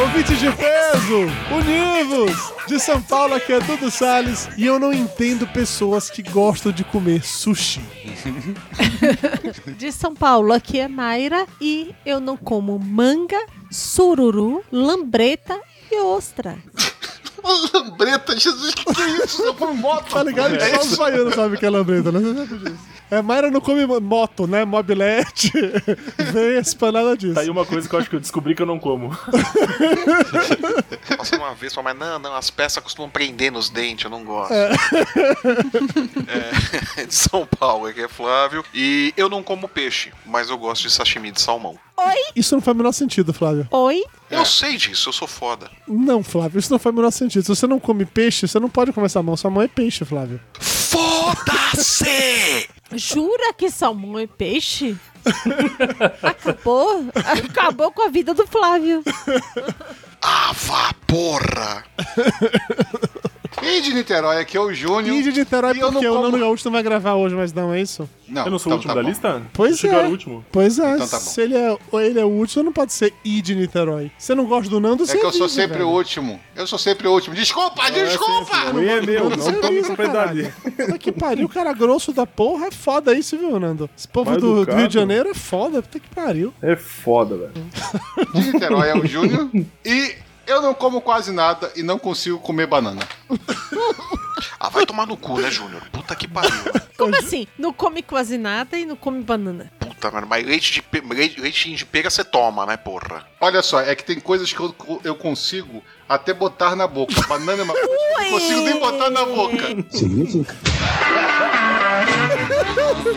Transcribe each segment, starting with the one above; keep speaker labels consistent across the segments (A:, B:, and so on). A: Ouvintes de peso, univos! De São Paulo, aqui é Dudu Salles. E eu não entendo pessoas que gostam de comer sushi.
B: De São Paulo, aqui é Naira e eu não como manga, sururu, lambreta e ostra.
C: Uma lambreta, Jesus, que que é isso? Eu como moto.
A: Tá ligado?
C: É
A: Só os
C: isso?
A: baianos sabem que é lambreta, né? Você sabe disso. É, Mayra não come moto, né? Mobilete, vespa, nada disso.
D: Tá aí uma coisa que eu acho que eu descobri que eu não como.
C: Passou uma vez, falou, mas não, não, as peças costumam prender nos dentes, eu não gosto. É, de São Paulo, aqui é Flávio. E eu não como peixe, mas eu gosto de sashimi de salmão.
B: um-
A: Isso não faz o menor sentido, Flávio.
B: Oi?
C: Eu sei disso, eu sou foda.
A: Não, Flávio, isso não faz o menor sentido. Se você não come peixe, você não pode comer salmão. Sua mãe é peixe, Flávio.
C: Foda-se!
B: Jura que salmão é peixe? Acabou? Acabou com a vida do Flávio.
C: Ava porra!
E: E de Niterói, aqui é o Júnior.
A: E de Niterói,
E: E eu não
A: porque o
E: como-
A: Nando Gaúcho não vai gravar hoje, mas não é isso?
E: Não,
D: eu não sou o
E: então
D: último
E: tá
D: da
E: bom.
D: lista?
A: Pois
D: Chegaram
A: é.
D: o último.
A: Pois é,
E: Então tá bom.
A: se ele é, ou ele é o último, não pode ser I de Niterói. Você não gosta do Nando, você
E: É que eu sou
A: avisa,
E: sempre
A: velho.
E: o último. Eu sou sempre o último.
D: Ah,
E: Desculpa, desculpa!
D: Ruim é meu,
A: Você
D: não tome
A: avisa,
D: com
A: caralho. Puta que pariu, cara grosso da porra é foda isso, viu, Nando? Esse povo
D: Mal
A: do, do
D: educado.
A: Rio de Janeiro é foda, puta que pariu.
D: É foda, velho.
E: De Niterói é o Júnior. E eu não como quase nada e não consigo comer banana.
C: Ah, vai tomar no cu, né, Júnior? Puta que pariu.
B: Como assim? Não come quase nada e não come banana.
C: Puta, mano, mas leite de, pe... leite, leitinho de pega você toma, né, porra?
E: Olha só, é que tem coisas que eu, eu consigo até botar na boca. Banana é uma coisa que eu não consigo nem botar na boca.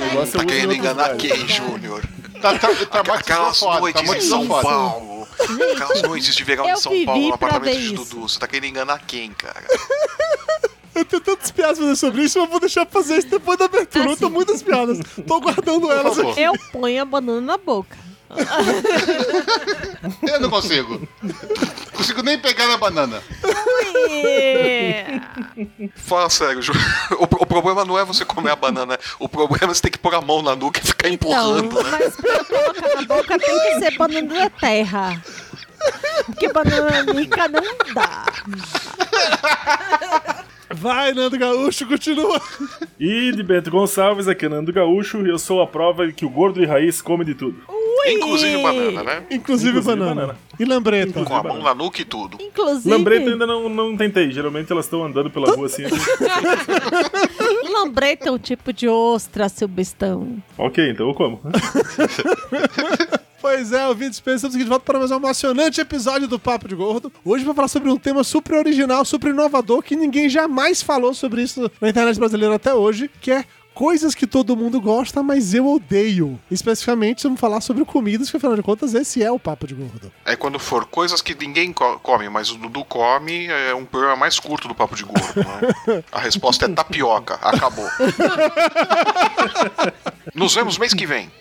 D: Negócio
C: Tá
D: é
C: querendo
D: outro,
C: enganar
D: velho.
C: quem, Júnior?
E: Tá, tá, tá
C: Aquelas
E: matizofado, tá
C: noites em São
E: matizofado.
C: Paulo. Aquelas noites de verão
B: eu
C: em São
B: vivi
C: Paulo, no
B: pra
C: apartamento
B: ver
C: de
B: isso.
C: Dudu. Você tá querendo enganar quem, cara?
A: Eu tenho tantas piadas pra fazer sobre isso, mas vou deixar pra fazer isso depois da abertura. Eu tô
B: Assim.
A: muitas piadas. Tô guardando
E: Por
A: elas aqui.
E: favor.
B: Eu ponho a banana na boca.
E: Eu não consigo. Não consigo nem pegar na banana.
B: É.
C: Fala sério, Ju. O, pro- o problema não é você comer a banana. O problema é você ter que pôr a mão na nuca e ficar
B: Então,
C: empurrando. né?
B: mas pra eu colocar na boca tem que ser banana da terra. Porque banana nica não dá.
A: Vai, Nando Gaúcho, continua.
D: E de Bento Gonçalves, aqui é Nando Gaúcho, e eu sou a prova que o gordo e raiz come de tudo.
C: Inclusive banana, né?
A: Inclusive,
D: Inclusive,
A: banana.
D: banana.
A: E lambreta.
C: Com a mão na nuca e tudo.
B: Inclusive,
D: Lambreta eu ainda não, não tentei, geralmente elas estão andando pela rua assim. assim.
B: lambreta é um tipo de ostra, seu bestão.
D: ok, então eu como.
A: Pois é, ouvintes, pensamos que de volta para mais um emocionante episódio do Papo de Gordo. Hoje vou falar sobre um tema super original, super inovador, que ninguém jamais falou sobre isso na internet brasileira até hoje, que é coisas que todo mundo gosta, mas eu odeio. Especificamente, vamos falar sobre comidas, que afinal de contas, esse é o Papo de Gordo.
C: É quando for coisas que ninguém co- come, mas o Dudu come, é um programa mais curto do papo de gordo. Né? A resposta é tapioca. Acabou. Nos vemos mês que vem.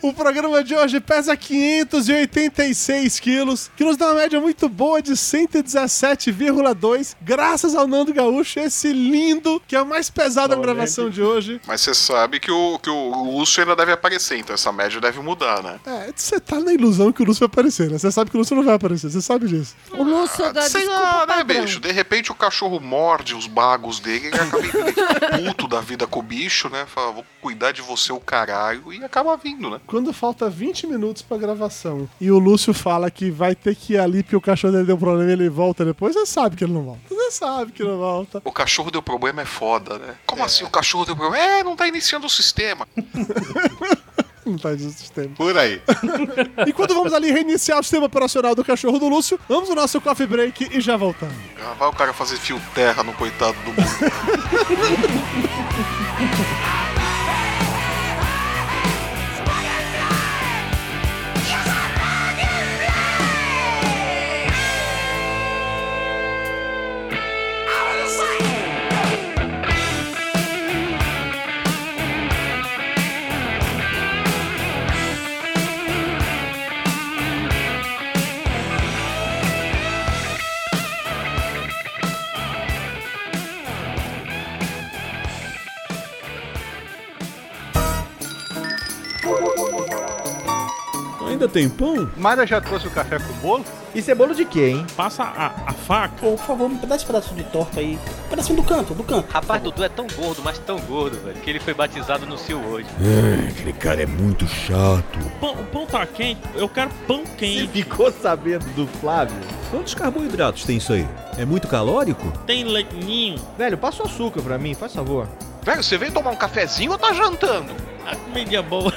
A: O programa de hoje pesa 586 quilos, que nos dá uma média muito boa de 117,2, graças ao Nando Gaúcho, esse lindo, que é o mais pesado da
D: Olha
A: gravação
D: aqui.
A: de hoje.
C: Mas você sabe que o, que o Lúcio ainda deve aparecer, então essa média deve mudar, né?
A: É, você tá na ilusão que o Lúcio vai aparecer, né? Você sabe que o Lúcio não vai aparecer, você sabe disso.
B: O Lúcio dá
C: Sei
B: desculpa
C: lá, né,
B: padrão.
C: bicho? De repente o cachorro morde os bagos dele e acaba ele fica puto da vida com o bicho, né? Fala, vou cuidar de você o caralho e acaba vindo, né?
A: Quando falta 20 minutos pra gravação e o Lúcio fala que vai ter que ir ali porque o cachorro dele deu problema e ele volta depois, você sabe que ele não volta. Você sabe que não volta.
C: O cachorro deu problema é foda, né? Como assim o cachorro deu problema? É, não tá iniciando o sistema.
A: Não tá dizendo sistema.
E: Por aí.
A: E quando vamos ali reiniciar o sistema operacional do cachorro do Lúcio, vamos no nosso coffee break e já voltamos.
C: Ah, Vai o cara fazer fio terra no coitado do mundo.
F: Thank
G: Ainda tem pão?
E: Mayra já trouxe o café com bolo?
H: Isso é bolo de quê, hein?
D: Passa a, a faca.
I: Pô, por favor, me dá esse pedaço de torta aí. Um pedacinho do canto, do canto.
J: Rapaz, Dudu é tão gordo, mas tão gordo, velho, que ele foi batizado no Sil hoje.
G: Aquele cara é muito chato.
D: O pão, o pão tá quente. Eu quero pão
H: E
D: quente.
H: ficou sabendo do Flávio?
G: Quantos carboidratos tem isso aí? É muito calórico?
D: Tem leitinho.
H: Velho, passa o açúcar pra mim, faz favor.
K: Velho, você veio tomar um cafezinho ou tá jantando?
D: A comida é boa.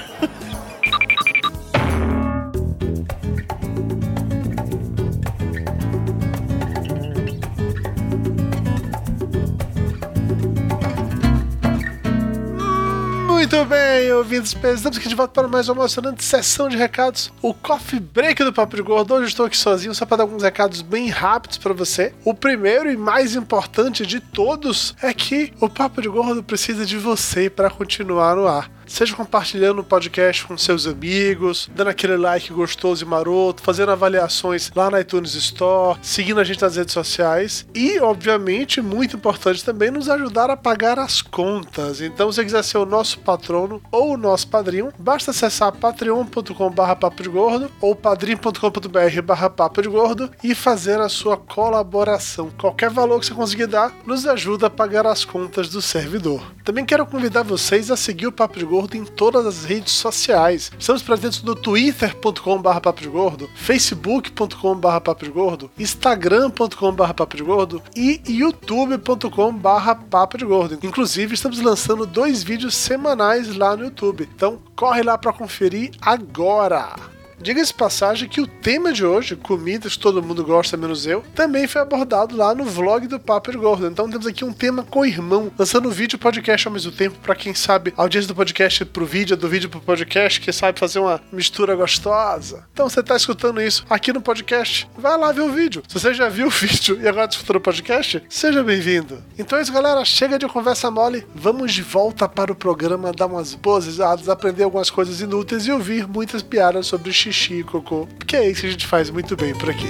A: Muito bem, ouvintes, estamos aqui de volta para mais uma emocionante sessão de recados, o Coffee Break do Papo de Gordo. Hoje eu estou aqui sozinho só para dar alguns recados bem rápidos para você. O primeiro e mais importante de todos é que o Papo de Gordo precisa de você para continuar no ar. Seja compartilhando o podcast com seus amigos, dando aquele like gostoso e maroto, fazendo avaliações lá na iTunes Store, seguindo a gente nas redes sociais e, obviamente, muito importante também, nos ajudar a pagar as contas. Então, se você quiser ser o nosso patrono ou o nosso padrinho, basta acessar patreon.com.br papo de gordo ou padrim.com.br barra papo de gordo e fazer a sua colaboração. Qualquer valor que você conseguir dar nos ajuda a pagar as contas do servidor. Também quero convidar vocês a seguir o Papo de Gordo em todas as redes sociais. Estamos presentes no twitter.com.br papo de gordo, facebook.com.br papo de gordo, instagram.com.br papo de gordo e youtube.com.br papo de gordo. Inclusive, estamos lançando dois vídeos semanais lá no YouTube. Então, corre lá para conferir agora! Diga-se de passagem que o tema de hoje, comidas que todo mundo gosta, menos eu, também foi abordado lá no vlog do Papo de Gordo. Então temos aqui um tema com irmão, lançando um vídeo e podcast ao mesmo tempo, pra quem sabe a audiência do podcast pro vídeo, a do vídeo pro podcast, quem sabe fazer uma mistura gostosa. Então você tá escutando isso aqui no podcast, vai lá ver o vídeo. Se você já viu o vídeo e agora escutou o podcast, seja bem-vindo. Então é isso, galera, chega de conversa mole, vamos de volta para o programa, dar umas boas risadas, aprender algumas coisas inúteis e ouvir muitas piadas sobre xixi e cocô, porque é isso que a gente faz muito bem por aqui.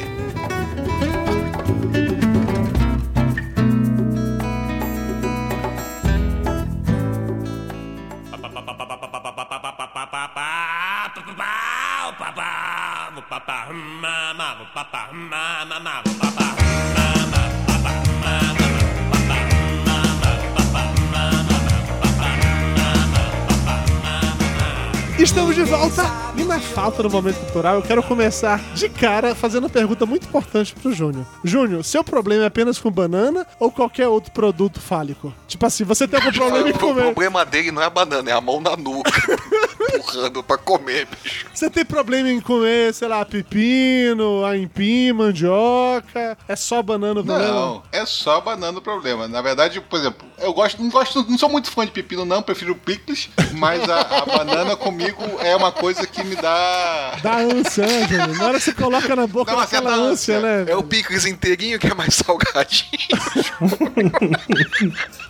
A: Estamos de volta! E na falta do momento cultural, eu quero começar de cara fazendo uma pergunta muito importante pro Júnior. Júnior, seu problema é apenas com banana ou qualquer outro produto fálico? Tipo assim, você tem algum problema em
C: O
A: comer.
C: problema dele não é a banana, é a mão na nuca. empurrando pra comer, bicho.
A: Você tem problema em comer, sei lá, pepino, aipim, mandioca? É só banana o problema?
E: Não, é só banana o problema. Na verdade, por exemplo, eu gosto, não gosto, não sou muito fã de pepino, não, prefiro picles, mas a, a banana comigo é uma coisa que me dá.
A: Dá ânsia, né, Júnior. Na hora que você coloca na boca,
E: Dá
A: dá
E: uma
A: aquela
E: certa
A: ânsia,
E: ânsia.
A: né?
C: É o picles inteirinho que é mais salgadinho.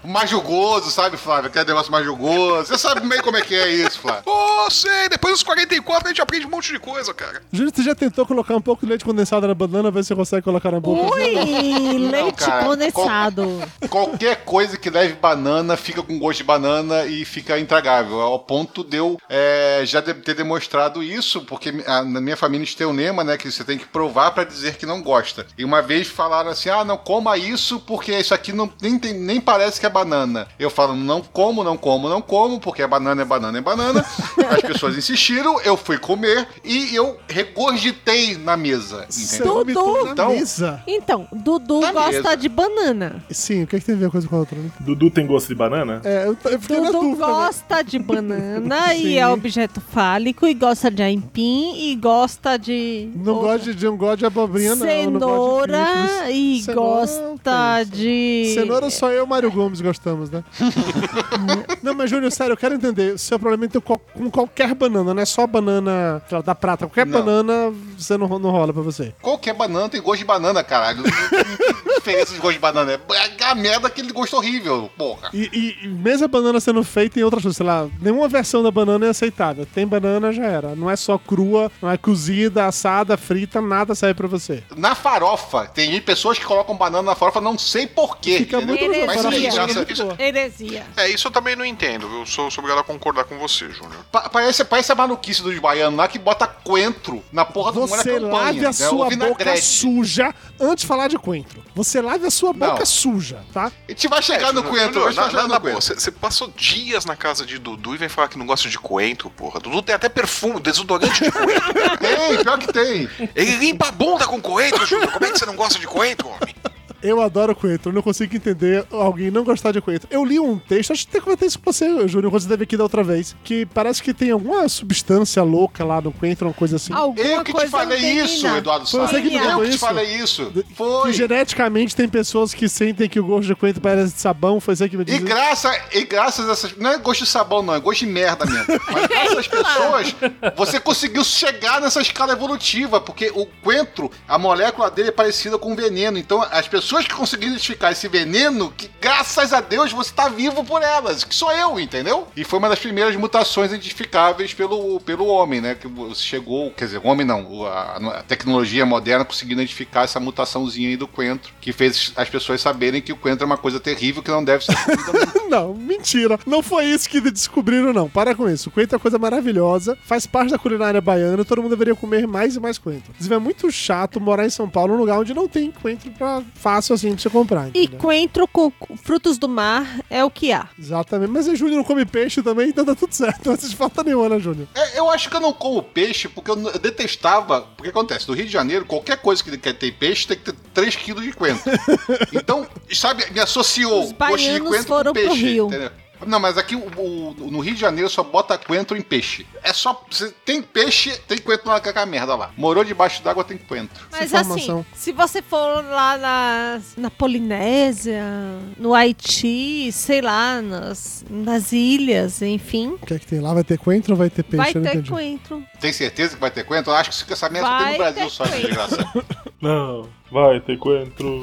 E: mais jugoso, sabe, Flávio? Aquele um negócio mais jugoso. Você sabe meio como é que é isso, Flávio.
C: Ô, sei, depois dos 44 a gente aprende um monte de coisa, cara.
A: Júnior, você já tentou colocar um pouco de leite condensado na banana, ver se você consegue colocar na boca?
B: Ui, leite
E: cara,
B: condensado.
E: Qualquer coisa que leve banana fica com gosto de banana e fica intragável. Ao ponto de eu é, já de- ter demonstrado isso, porque mi- a- na minha família tem o Nema, né? Que você tem que provar pra dizer que não gosta. E uma vez falaram assim: ah, não coma isso porque isso aqui não, nem, tem- nem parece que é banana. Eu falo: não como, não como, não como, porque é banana, é banana, é banana. As pessoas insistiram, eu fui comer e eu regurgitei na mesa. Entendeu?
A: vomitou na
E: Então-
A: mesa.
B: Então, Dudu
E: Tá
B: gosta
E: mesa.
B: de banana.
A: Sim, o que, é que tem a ver uma coisa com a outra?
B: Hum?
A: né?
D: Dudu tem gosto de banana?
A: É, eu, t- eu fiquei na
B: Dudu
A: dúvida. né?
B: gosta de banana
A: Sim.
B: e é objeto fálico, e gosta de aipim, e gosta de.
A: Não
B: outra-
A: gosta de, não gosta de abobrinha, não. não gosto de
B: Cenoura
A: picles.
B: e
A: Cenoura,
B: gosta
A: tem.
B: de.
A: Cenoura só eu e o Mário Gomes gostamos, né? não, mas Júnior, sério, eu quero entender. O seu problema é teu qual- com qualquer banana, não é só banana sei lá, da prata. Qualquer
E: Não.
A: banana você não, ro- não rola pra você.
E: Qualquer banana tem gosto de banana, caralho. Não tem diferença de gosto de banana. É a merda, aquele gosto horrível, porra.
L: E, e- e mesmo a banana sendo feita em outras coisas, sei lá, nenhuma versão da banana é aceitável. Tem banana, já era. Não é só crua, não é cozida, assada, frita, nada sai pra você.
E: Na farofa, tem pessoas que colocam banana na farofa, não sei porquê. Fica Mas
B: Heresia.
E: isso, isso,
B: Heresia.
C: É, isso eu também não entendo. Eu sou sou obrigado a concordar com você, Júnior.
E: Pa- Parece, parece a maluquice dos baianos lá que bota coentro na porra do molho da
L: Você
E: campanha.
L: lave
E: né?
L: a sua
E: Ou
L: boca assim.
E: vinagrete.
L: suja antes de falar de coentro. Você lave a sua boca suja, tá?
E: A gente vai chegar no coentro, a gente vai
C: É, na,
E: chegar
C: na,
E: no
C: na
E: coentro.
C: boa, você você passou dias na casa de Dudu e vem falar que não gosta de coentro, porra. Dudu tem até perfume, desodorante de coentro.
E: tem, pior que tem.
C: Ele limpa a bunda com coentro, Júnior. Como é que você não gosta de coentro, homem?
L: Eu adoro coentro, eu não consigo entender alguém não gostar de coentro. Eu li um texto, acho que até comentei isso com você, Júnior, quando você teve aqui da outra vez, que parece que tem alguma substância louca lá no coentro, uma coisa assim.
B: Alguma
E: Eu que te
B: coisa
E: falei
B: não
E: isso,
B: termina.
E: Eduardo
L: Foi você
E: Salles.
L: que me
E: Eu
L: contou
E: que te
L: isso?
E: falei isso.
L: Que
E: Foi.
L: geneticamente tem pessoas que sentem que o gosto de coentro parece de sabão, foi você que me
E: E,
L: disse.
E: graça, e graças a essas. Não é gosto de sabão, não, é gosto de merda mesmo. Mas graças às pessoas, você conseguiu chegar nessa escala evolutiva, porque o coentro, a molécula dele é parecida com veneno. Então, as pessoas que conseguiram identificar esse veneno, que graças a Deus você tá vivo por elas, que sou eu, entendeu? E foi uma das primeiras mutações identificáveis pelo, pelo homem, né? Que chegou, quer dizer, o homem não, o- a, a tecnologia moderna conseguiu identificar essa mutaçãozinha aí do coentro, que fez as pessoas saberem que o coentro é uma coisa terrível que não deve ser
L: Não, mentira. Não foi isso que descobriram, não. Para com isso. O coentro é uma coisa maravilhosa, faz parte da culinária baiana, todo mundo deveria comer mais e mais coentro. Inclusive, é muito chato morar em São Paulo, num lugar onde não tem coentro pra fácil assim pra você comprar.
B: E
L: entendeu?
B: coentro com frutos do mar é o que há.
L: Exatamente. Mas a Júnior não come peixe também, então tá tudo certo. Não existe falta nenhuma, né, Júnior?
E: É, eu acho que eu não como peixe porque eu, n- eu detestava. Porque acontece, no Rio de Janeiro, qualquer coisa que quer ter peixe tem que ter 3 quilos de coentro. então, sabe, me associou
B: Os
E: gosto de
B: baianos
E: coentro
B: foram
E: com
B: pro
E: peixe.
B: Rio.
E: entendeu? Não, mas aqui o- o- no Rio de Janeiro só bota coentro em peixe. É só. você tem peixe, tem coentro naquela merda lá. Morou debaixo d'água, tem coentro.
B: Mas
E: informação.
B: assim, se você for lá na, na Polinésia, no Haiti, sei lá, nas, nas ilhas, enfim,
L: O que é que tem lá? Vai ter coentro ou vai ter peixe?
B: vai
L: eu não
B: ter
L: entendi.
B: coentro.
E: Tem certeza que vai ter coentro? Eu acho que isso- essa merda só tem
B: Vai
E: no Brasil
B: ter
E: só, de
B: coentro.
E: graça.
D: Não, vai ter coentro.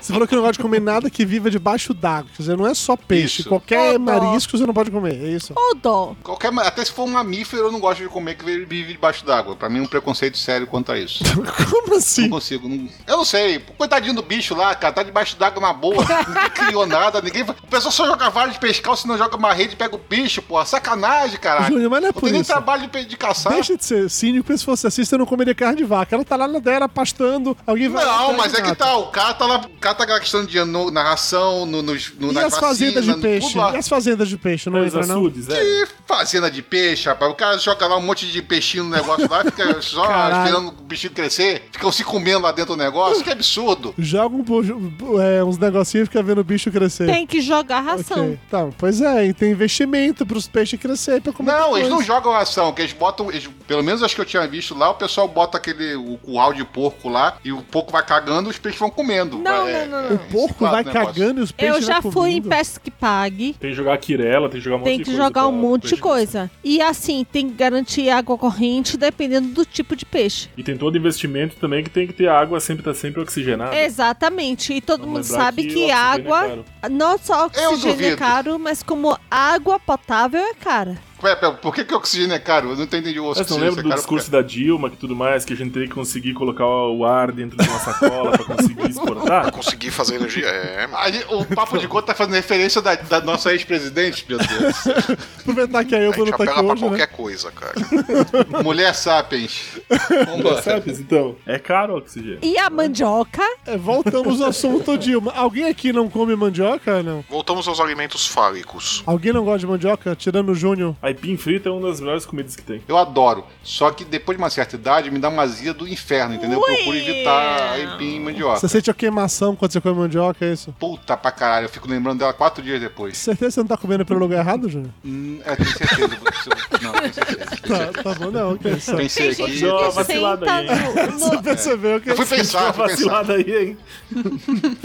L: Você falou que não gosta de comer nada que viva debaixo d'água. Quer dizer, não é só peixe.
E: Isso.
L: Qualquer
B: Ô, dó.
L: marisco você não pode comer, é isso.
B: Ô, dó.
E: Qualquer, ma- até se for um mamífero, eu não gosto de comer que ele vive debaixo d'água. Pra mim, é um preconceito sério quanto a isso.
L: Como assim?
E: Não consigo. não- Eu não sei. Coitadinho do bicho lá, cara. Tá debaixo d'água na boa. Ninguém criou nada. Ninguém... O pessoal só joga vara de pescar, ou se não joga uma rede, pega o bicho, porra. Sacanagem, caralho.
L: Júnior, mas não é por
E: tem nem
L: isso.
E: trabalho de, pe- de caçar.
L: Deixa de ser cínico, porque se fosse assim, você não comeria carne de vaca. Ela tá lá na dela, pastando, alguém vai... lá
E: Não,
L: atrás
E: mas
L: do
E: é que
L: gato.
E: tá. O cara tá, lá, o cara tá gastando dinheiro no- na ração, no, nos, no,
L: E
E: nas
L: as fazendas de
E: vacinas, no-
L: peixe?
E: tudo lá.
L: E as fazendas de peixe? Não
D: Os
L: entra, não?
D: açudes, é.
E: Que fazenda de peixe, rapaz. O cara joga lá um monte de peixinho no negócio lá, fica só
L: Caralho.
E: esperando o bichinho crescer, ficam se comendo lá dentro do negócio. Que absurdo.
L: Joga um bo- é, uns negocinhos e fica vendo o bicho crescer.
B: Tem que jogar
L: É. Ok.
B: ração.
L: Tá, pois é, e tem investimento pros peixes crescer pra comer
E: Não, eles
L: depois.
E: não jogam ração, que eles botam. eles- pelo menos acho que eu tinha visto lá, o pessoal bota aquele o curral de porco lá e o porco vai cagando, os peixes vão comendo.
B: Não,
E: É,
B: não, não, não.
L: O porco vai
E: Reciclado o negócio.
L: cagando e os peixes
B: Eu já
L: vai
B: fui em
L: comendo.
B: pesca que pague.
D: Tem que jogar quirela, tem que jogar um monte
B: Tem
D: de
B: que
D: coisa. né?
B: jogar um
D: pra-
B: monte de
D: pra-
B: coisa. E assim, tem que garantir água corrente dependendo do tipo de peixe.
D: E tem todo investimento também que tem que ter água, sempre tá sempre oxigenada.
B: Exatamente. E todo
D: Vamos
B: mundo
D: lembrar
B: sabe
D: que
B: que,
D: o oxigênio é
B: água, não só oxigênio é
E: duvido.
B: caro, mas como água potável é cara.
E: Ué, pera, por que, que o oxigênio é caro? Eu não entendi o
D: Mas não
E: oxigênio.
D: lembra
E: é
D: do
E: caro
D: discurso
E: por
D: da Dilma que tudo mais, que a gente teria que conseguir colocar o ar dentro de uma sacola pra conseguir exportar?
C: Consegui fazer energia. É,
E: quê? Aí, o Papo de Gordo tá fazendo referência da, da nossa ex-presidente, meu Deus.
L: Aproveitar que a
C: a
L: Elba
C: gente
L: não tá
C: apela pra
L: aqui hoje, né?
C: qualquer coisa, cara.
E: Mulher Sapiens. Vambora.
D: Sabe, então? É caro o oxigênio.
B: E a mandioca?
L: É, voltamos ao assunto, Dilma. Alguém aqui não come mandioca, não?
C: Voltamos aos alimentos fálicos.
L: Alguém não gosta de mandioca? Tirando o Júnior.
D: Aipim frito é uma das melhores comidas que tem.
E: Eu adoro. Só que depois de uma certa idade me dá uma azia do inferno, entendeu? Eu
B: Ui.
E: procuro evitar aipim e mandioca.
L: Você sente a queimação quando você come mandioca, é isso?
E: Puta pra caralho, eu fico lembrando dela quatro dias depois.
L: Certeza que você não tá comendo pelo lugar errado, Júnior?
E: Hum, eu tenho certeza. eu vou- Não, eu tenho certeza.
L: Tá, tá bom, não. ok, só-
E: Pensei
D: gente
E: aqui.
D: que- Deu uma vacilada
B: senta
D: aí,
B: no,
L: Você percebeu que... é.
E: Eu fui pensar, fui pensar.
D: Vacilada aí, hein?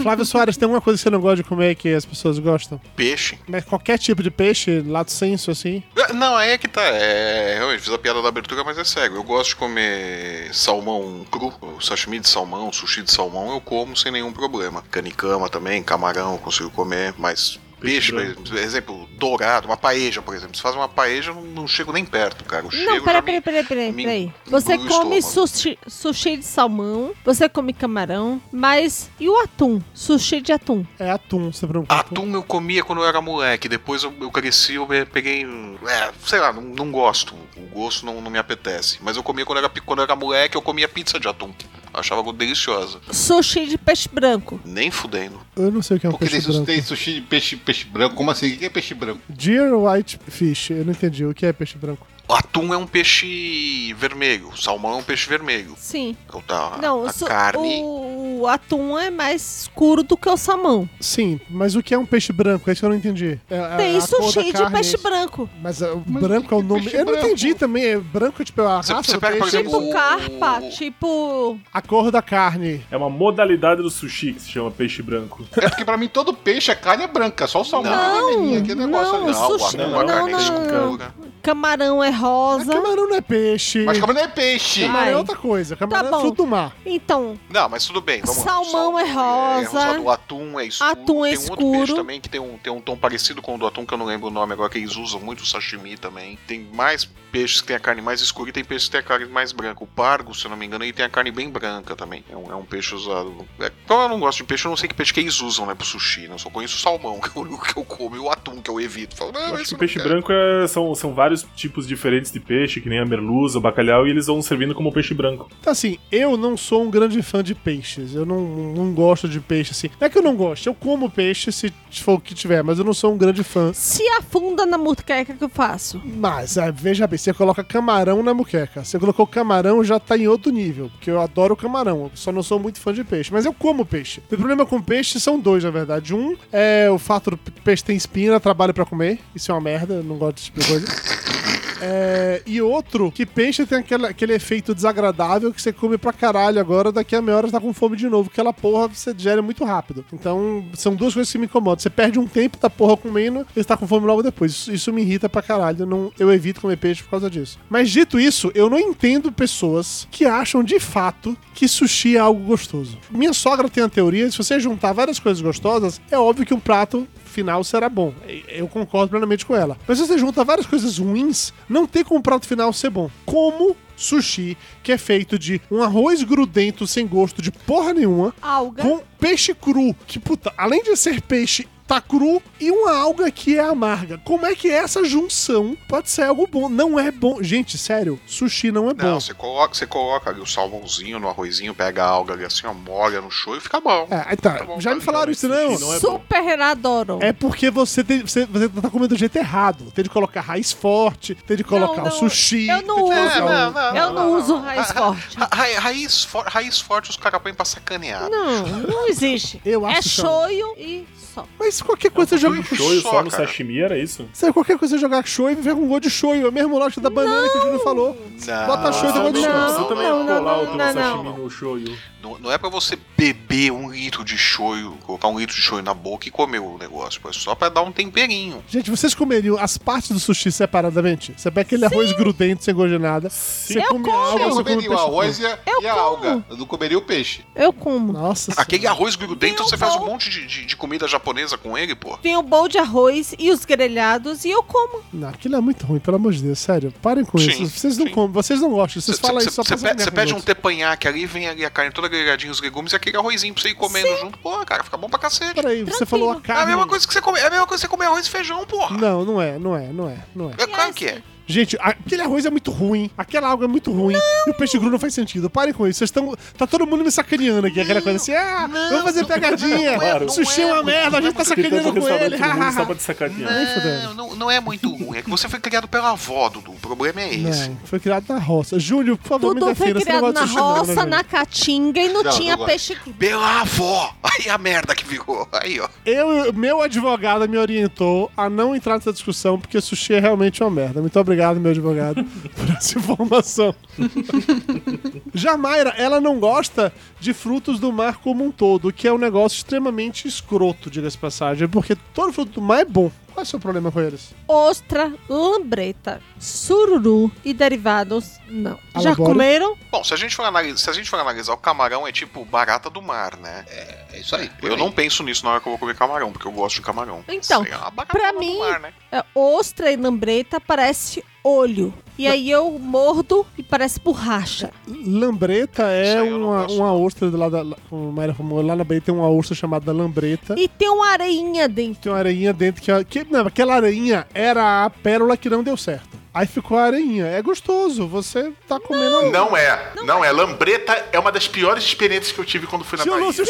L: Flávio Soares, tem uma coisa que você não gosta de comer que as pessoas gostam?
C: Peixe.
L: Mas qualquer tipo de peixe, lato senso, assim?
C: É, Não, aí é que tá. É, realmente, fiz a piada da abertura, mas é sério. Eu gosto de comer salmão cru, sashimi de salmão, sushi de salmão, eu como sem nenhum problema. Canicama também, camarão, eu consigo comer, mas. Peixe,
D: branco.
C: por exemplo, dourado, uma paeja, por exemplo. Se faz uma paeja, eu não, não chego nem perto, cara. O
B: Não,
C: cheiro já
B: peraí,
C: me-
B: peraí, peraí, peraí,
C: me
B: peraí. Você
C: engula o
B: come
C: estômago.
B: sushi, sushi de salmão, você come camarão, mas e o atum? Sushi de atum.
L: É atum, você não
C: Atum eu comia quando eu era moleque, depois eu, eu cresci, eu pe- peguei. É, sei lá, não, não gosto. O gosto não, não me apetece. Mas eu comia quando eu, era, pe- quando eu era moleque, eu comia pizza de atum. Achava deliciosa.
B: Sushi de peixe branco.
C: Nem fudendo.
L: Eu não sei o que é um
A: Porque
L: peixe
A: tem,
L: branco.
A: tem sushi de peixe, peixe branco. Como assim? O que é peixe branco?
L: Deer white fish. Eu não entendi. O que é peixe branco?
C: Atum é um peixe vermelho. Salmão é um peixe vermelho.
B: Sim.
C: Então tá.
B: Não,
C: a
B: su-
C: carne.
B: o, o atum é mais escuro do que o salmão.
L: Sim, mas o que é um peixe branco? É isso que eu não entendi. É- é
B: Tem
L: a cor da
B: sushi de
L: carne,
B: peixe
L: isso.
B: branco.
L: Mas uh, branco é o nome. Eu não entendi também. É branco é tipo a raça
C: você
L: do
C: pega, por
L: peixe. é
C: exemplo,
B: Tipo carpa, tipo.
L: A cor da carne.
D: É uma modalidade do sushi que se chama peixe branco.
A: É porque pra mim todo peixe é carne é branca, só o salmão
B: Não,
A: é vermelhinho. Aquele negócio
B: não,
A: ali.
B: sushi-
A: o atum é
B: não,
A: carne
B: não,
A: escura.
B: Camarão é rosa.
L: Camarão não é peixe.
A: Mas camarão é peixe.
L: Camarão é
B: Ai.
L: outra coisa. Camarão
B: bom.
L: é fruto do mar.
B: Então,
C: Não, mas tudo bem. Vamos lá.
B: salmão é rosa.
C: O atum é escuro.
B: Atum é
C: tem um outro peixe
B: escuro.
C: também que tem um, tem um tom parecido com o do atum, que eu não lembro o nome agora, que eles usam muito sashimi também. Tem mais peixes que tem a carne mais escura e tem peixes que tem a carne mais branca. O pargo, se eu não me engano, ele tem a carne bem branca também. É um, é um peixe usado. É, como eu não gosto de peixe, eu não sei que peixe que eles usam, né, pro sushi, né? Eu só conheço o salmão, que é o único que eu como, e o atum, que eu evito. Falo,
D: Eu
C: não,
D: acho que o
C: esse eu não
D: peixe
C: quero.
D: branco é- são, são vários tipos diferentes de peixe, que nem a merluza, o bacalhau, e eles vão servindo como peixe branco.
L: Então, assim, eu não sou um grande fã de peixes. Eu não, não gosto de peixe, assim. Não é que eu não gosto. Eu como peixe se for o que tiver, mas eu não sou um grande fã.
B: se afunda na muqueca que eu faço.
L: Mas, ah, veja bem, você coloca camarão na muqueca. Você colocou camarão, já tá em outro nível. Porque eu adoro camarão, eu só não sou muito fã de peixe. Mas eu como peixe. O problema com peixe são dois, na verdade. Um é o fato do peixe ter espina, trabalho pra comer. Isso é uma merda, eu não gosto desse tipo de coisa. É, e outro, que peixe tem aquela- aquele efeito desagradável que você come pra caralho agora, daqui a meia hora você tá com fome de novo, que aquela porra você digere muito rápido. Então, são duas coisas que me incomodam. Você perde um tempo da porra comendo e você tá com fome logo depois. Isso, isso me irrita pra caralho. Eu não- eu evito comer peixe por causa disso. Mas dito isso, eu não entendo pessoas que acham de fato que sushi é algo gostoso. Minha sogra tem a teoria: se você juntar várias coisas gostosas, é óbvio que um prato final será bom. Eu concordo plenamente com ela. Mas se você junta várias coisas ruins, não tem como o prato final ser bom. Como sushi, que é feito de um arroz grudento sem gosto de porra nenhuma,
B: Alga.
L: com peixe cru, que puta, além de ser peixe tá cru e uma alga que é amarga. Como é que essa junção pode ser algo bom? Não é bom. Gente, sério, sushi não é
C: Não,
L: bom.
C: você coloca, você coloca ali o salmãozinho no arrozinho, pega a alga ali assim, ó, molha no show e fica bom.
L: É, aí tá,
C: Tá bom,
L: já me
C: tá,
L: falaram isso, não?
B: Super adoro.
L: É porque você, tem, você, você tá comendo do jeito errado. Tem de colocar raiz forte, tem de colocar
B: não,
L: o sushi.
B: eu não
L: tem de
B: uso.
L: colocar
C: Não,
L: o-
C: não,
B: eu
C: não,
B: não,
C: não,
B: uso
C: não.
B: raiz
C: Ah,
B: forte.
C: Ra- ra- Raiz, for- raiz forte os caras põem pra sacanear.
B: Não, não existe.
L: Eu
B: É
L: acho show.
B: shoyu e só.
L: Mas qualquer coisa você joga com
D: um Shoyu
C: só,
D: só no
C: cara.
D: sashimi, era isso?
L: Sabe, qualquer coisa você jogar shoyu, vem com um gol de shoyu. É o mesmo lógico da banana que o Júnior falou.
C: Não,
L: Bota shoyu e
D: Ah,
L: gol de
D: não,
L: shoyu.
D: você também
B: não, não,
D: colar
B: não,
D: o teu
B: não,
D: sashimi
C: não.
D: no shoyu.
C: Não, não é pra você beber um litro de shoyu, colocar um litro de shoyu na boca e comer o negócio. pô. É só pra dar um temperinho.
L: Gente, vocês comeriam as partes do sushi separadamente? Você pega aquele arroz grudento sem gosto de nada. Você
B: Eu
L: come a
B: como.
L: alga,
A: Eu
L: você come um
A: comeria o
L: peixe
A: arroz
L: cru.
A: e a,
B: É
A: e a alga. Eu não comeria o peixe.
B: Eu como.
L: Nossa
C: Aquele arroz grudento,
B: Eu
C: você faz um
B: vou-
C: monte de, de- de comida japonesa com ele, pô.
B: Tem o bowl de arroz e os grelhados e eu como.
L: Não, aquilo é muito ruim, pelo amor de Deus, sério. Parem com
C: Sim,
L: isso. Vocês não
C: sim.
L: comem, vocês não gostam. Vocês falam isso só pra
C: Você
L: sacanear com os
C: pede um
L: outros.
C: tepanhaque ali, vem ali a carne toda agregadinha, os legumes e aquele arrozinho pra você ir comendo junto. Pô, cara, fica bom pra cacete.
L: Peraí, você falou a
C: É a
L: carne.
C: mesma coisa que você come, é a mesma coisa que você comer arroz e feijão, porra.
L: Não, não é, não é, não é, não é.
C: É claro que é.
L: Gente, a- aquele arroz é muito ruim, aquela alga é muito ruim, e o peixe cru não faz sentido. Parem com isso, vocês estão. Tá todo mundo me sacaneando aqui, aquela coisa assim, ah, vamos fazer pegadinha,
C: não é, não
L: sushi é
C: é,
L: uma
C: não
L: merda, a gente tá
D: Tem tanto
L: sacaneando com ele,
D: restaurante no mundo só
L: hahaha.
D: pra te sacanear.
L: Nem fudendo.
C: Não, não, não é muito ruim. É que você foi criado pela avó, Dudu. O problema é esse.
L: Não, foi criado na roça. Júlio, por favor, me
B: Tudo foi
L: defenda. é esse
B: criado
L: negócio de
B: na
L: sushi não, né,
B: roça,
L: Júlio?
B: na caatinga e não,
A: Não,
B: tinha
A: não gosto.
B: peixe.
C: Pela avó! Aí a merda que ficou. Aí, ó.
L: Eu, meu advogado me orientou a não entrar nessa discussão, porque sushi é realmente uma merda. Muito obrigado, meu advogado, por essa informação. Já Mayra, ela não gosta de frutos do mar como um todo, o que é um negócio extremamente escroto, diga-se de passagem, porque todo fruto do mar é bom. Qual é o seu problema com eles?
B: Ostra, lambreta, sururu e derivados, não. Já
L: Alabora.
B: comeram?
C: Bom, se a, gente for analis- se a gente for analisar, o camarão é tipo barata do mar, né? É, é isso aí. Eu não penso nisso na hora que eu vou comer camarão, porque eu gosto de camarão.
B: Então,
C: Sei lá, barata
B: pra
C: do
B: mim,
C: mar, né?
B: é, ostra e lambreta parece olho. E aí eu mordo e parece borracha.
L: Lambreta é uma, uma ostra do lado da. Como o Mayra falou, lá na Bahia tem uma ostra chamada Lambreta.
B: E tem uma areinha dentro.
L: Tem uma areinha dentro que, é- que. Não, aquela areinha era a pérola que não deu certo. Aí ficou a areinha. É gostoso, você tá comendo. a-
E: Não é, não, é. Lambreta é uma das piores experiências que eu tive quando fui na
L: Tio
E: Bahia.
L: Lúcio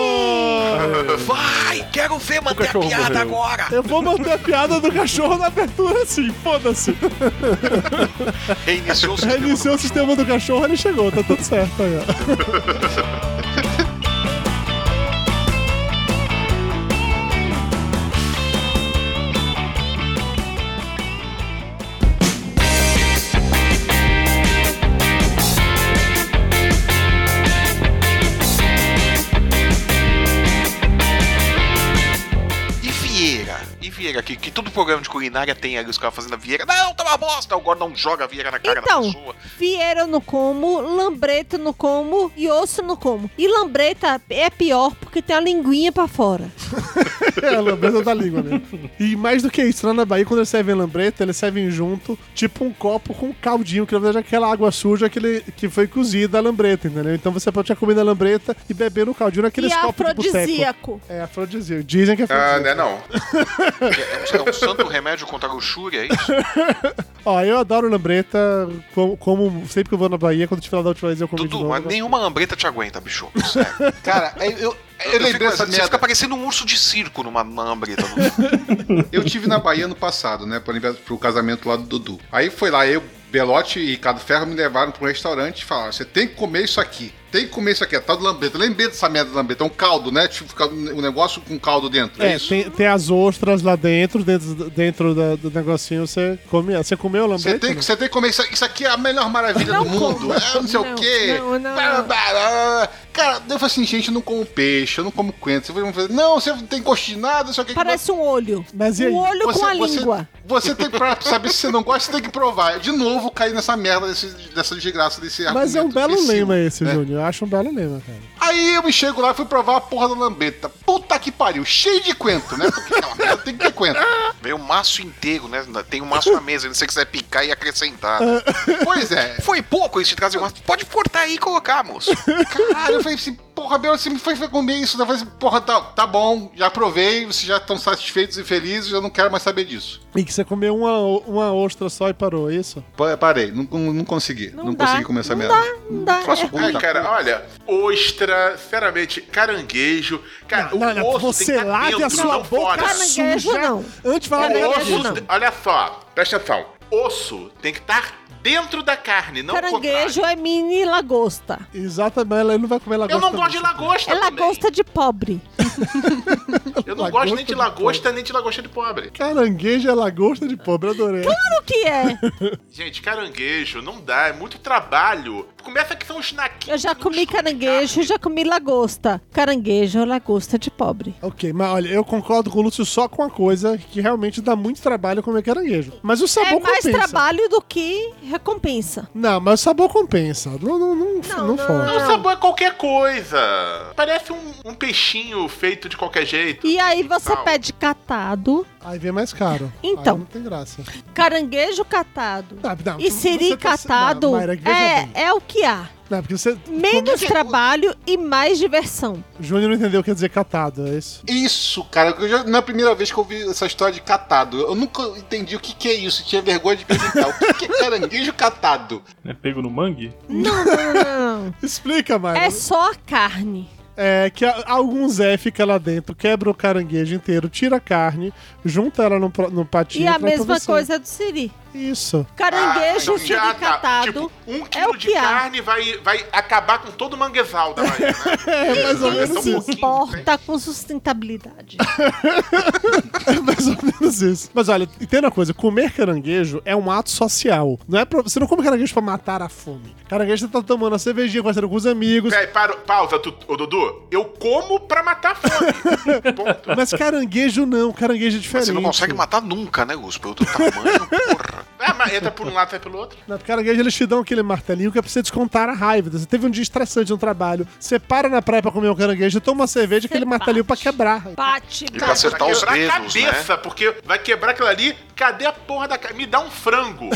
L: chegou!
E: Vai, quero ver manter a piada agora.
L: Eu vou manter a piada do cachorro na abertura assim, foda-se.
C: Reiniciou o
L: sistema. Reiniciou o sistema do cachorro, ele chegou, tá tudo certo aí, ó.
C: E Vieira? E Vieira, que, que todo programa de culinária tem ali os caras fazendo a Vieira. Não, tá uma bosta! O Gordon joga a Vieira na cara da
B: Então,
C: pessoa.
B: vieira eu não como, lambreta eu não como e osso eu não como. E lambreta é pior porque tem a linguinha pra fora.
L: É, a lambreta da língua mesmo. E mais do que isso, lá na Bahia, quando eles servem lambreta, eles servem junto, tipo um copo com um caldinho, que na verdade é aquela água suja que, ele- que foi cozida a lambreta, entendeu? Então você pode ter comido a lambreta e beber no caldinho naqueles
B: e
L: copos de boteco.
B: afrodisíaco.
L: É afrodisíaco. Dizem que é
E: Ah,
L: afrodisíaco.
E: né, não.
C: É um, é um santo remédio contra a luxúria, é isso?
L: Ó, eu adoro lambreta, como, como sempre que eu vou na Bahia, quando tiver lá da última vez eu comi de
C: Dudu,
L: novo.
C: mas nenhuma lambreta te aguenta, bicho. Sério.
A: Cara, eu, eu, eu lembrei
C: fico,
A: dessa
C: Você
A: merda.
C: fica parecendo um urso de circo numa, numa lambreta.
A: Eu tive na Bahia ano passado, né? Por exemplo, pro casamento lá do Dudu. Aí foi lá, eu, Belote e Ricardo Ferro me levaram pra um restaurante e falaram: você tem que comer isso aqui. Tem que comer isso aqui, é tal do lambeta. Lembrei dessa merda do lambeta, é um caldo, né? Tipo, fica um negócio com caldo dentro.
L: É, tem, tem as ostras lá dentro, dentro, dentro da- do negocinho, você come. Você comeu a
A: Você
L: lambreta?
A: tem, que- você tem que comer isso, isso aqui é a melhor maravilha do mundo. É, não sei o quê. Blá, blá, blá. Cara, eu falei assim, gente, eu não como peixe, eu não como coentro. Vocês vão fazer, Não, você não tem gosto de nada, isso aqui.
B: Parece um olho.
L: Mas
B: e aí? Um olho com a língua.
A: Você tem pra saber se você não gosta, você tem que provar. De novo, cair nessa merda, desse, dessa desgraça, desse
L: Mas é um
A: argumento
L: belo
A: imbecil.
L: lema esse,
E: né?
L: Júnior. Eu acho um belo lema, cara.
A: Aí eu me chego lá e fui provar a porra da lambeta. Puta que pariu, cheio de coentro, né? Porque aquela merda tem que ter coentro.
C: Vem um maço inteiro, né? Tem um maço na mesa, se você quiser picar e acrescentar.
A: Pois é.
C: Foi pouco eles te trazem um maço. Pode cortar aí e colocar, moço.
A: Caralho, eu falei assim, porra, Bel, você me foi comer isso, né? Eu falei assim, porra, tá, tá bom, já provei, vocês já estão satisfeitos e felizes, eu não quero mais saber disso.
L: E que você comeu uma, uma ostra só e parou, é isso?
A: Pa- Parei, não, não, não consegui. Não,
L: dá,
A: consegui comer essa
L: não
A: merda.
B: Não dá.
A: Faço
E: É,
A: puta.
E: cara, olha, ostra, sinceramente, caranguejo. Cara, Ah, o osso
L: Você
E: tem que tá
L: lave
E: dentro,
L: a sua
E: não fora.
L: boca suja antes de falar
E: O
L: merda.
E: osso, olha só, presta atenção. Osso tem que estar dentro da carne, não o contrário.
B: Caranguejo é mini lagosta.
L: Exatamente, ela não vai comer lagosta.
E: Eu não gosto de lagosta
B: É lagosta de pobre.
E: Eu não
B: é
E: gosto nem de lagosta, nem de lagosta de pobre.
L: Caranguejo é lagosta de pobre, eu adorei.
B: Claro que é.
E: Gente, caranguejo, não dá, é muito trabalho. Começa que são os snack.
B: Eu já comi caranguejo, já comi lagosta. Caranguejo é lagosta de pobre.
L: Ok, mas olha, eu concordo com o Lúcio só com uma coisa que realmente dá muito trabalho comer caranguejo. Mas o
B: É
L: sabor
B: mais
L: compensa.
B: trabalho do que recompensa.
L: Não, mas o sabor compensa. Não, não, não, não,
E: Não, o
L: foge.
E: sabor é qualquer coisa. Parece um, um peixinho feito de qualquer jeito.
B: E aí você
E: Tal.
B: pede catado,
L: Aí vem mais caro.
B: Então.
L: Aí não tem graça.
B: caranguejo catado
L: Ah, não,
B: e
L: você
B: siri
L: tá-
B: catado
L: não, Mayra, veja bem.
B: é, é o que há.
L: Não, porque você.
E: é?
B: Menos trabalho e mais diversão.
L: Júnior não entendeu o que quer dizer catado, é isso?
A: Isso, cara, eu já- não é a primeira vez que eu ouvi essa história de catado. Eu nunca entendi o que, que é isso, tinha vergonha de perguntar. o que, que é caranguejo catado?
D: É pego no mangue?
B: Não, não, não. não.
L: Explica, Mayra.
B: é só a carne.
L: É, que a- alguns Zé fica lá dentro, quebra o caranguejo inteiro, tira a carne, junta ela no, pro- no patinho.
B: e a
L: pra
B: mesma
L: você.
B: coisa do siri.
L: Isso.
B: Caranguejo
E: Ah, então
B: siri
E: já tá.
B: catado
E: Tipo, um
B: é
E: quilo
B: o
E: de
B: que há.
E: carne vai, vai acabar com todo o manguezal da Bahia, né?
L: É, mais ou
E: Então,
L: menos
E: um
L: isso.
E: pouquinho,
B: Porta com sustentabilidade.
L: É mais ou menos menos isso. Mas olha, entenda uma coisa: comer caranguejo é um ato social. Não é pra- você não come caranguejo pra matar a fome. Caranguejo você tá tomando a cervejinha, conversando com os amigos.
C: É.
E: Peraí, para, pausa, tu, ô, Dudu. Eu como pra matar a fome.
L: Mas caranguejo não, caranguejo é
C: Mas
L: diferente.
C: você não consegue matar nunca, né, Gus? Pelo teu tamanho, porra.
E: ah, mas entra por um lado, sai pelo outro.
L: Na caranguejo, eles te dão aquele martelinho que é pra você descontar a raiva. Você teve um dia estressante no trabalho, você para na praia pra comer um caranguejo, toma uma cerveja, aquele martelinho pra quebrar.
B: Bate,
E: E pra acertar Tá os dedos, né? a
C: né?
E: cabeça, porque vai quebrar aquilo ali. Cadê a porra da... ca- Me dá um frango.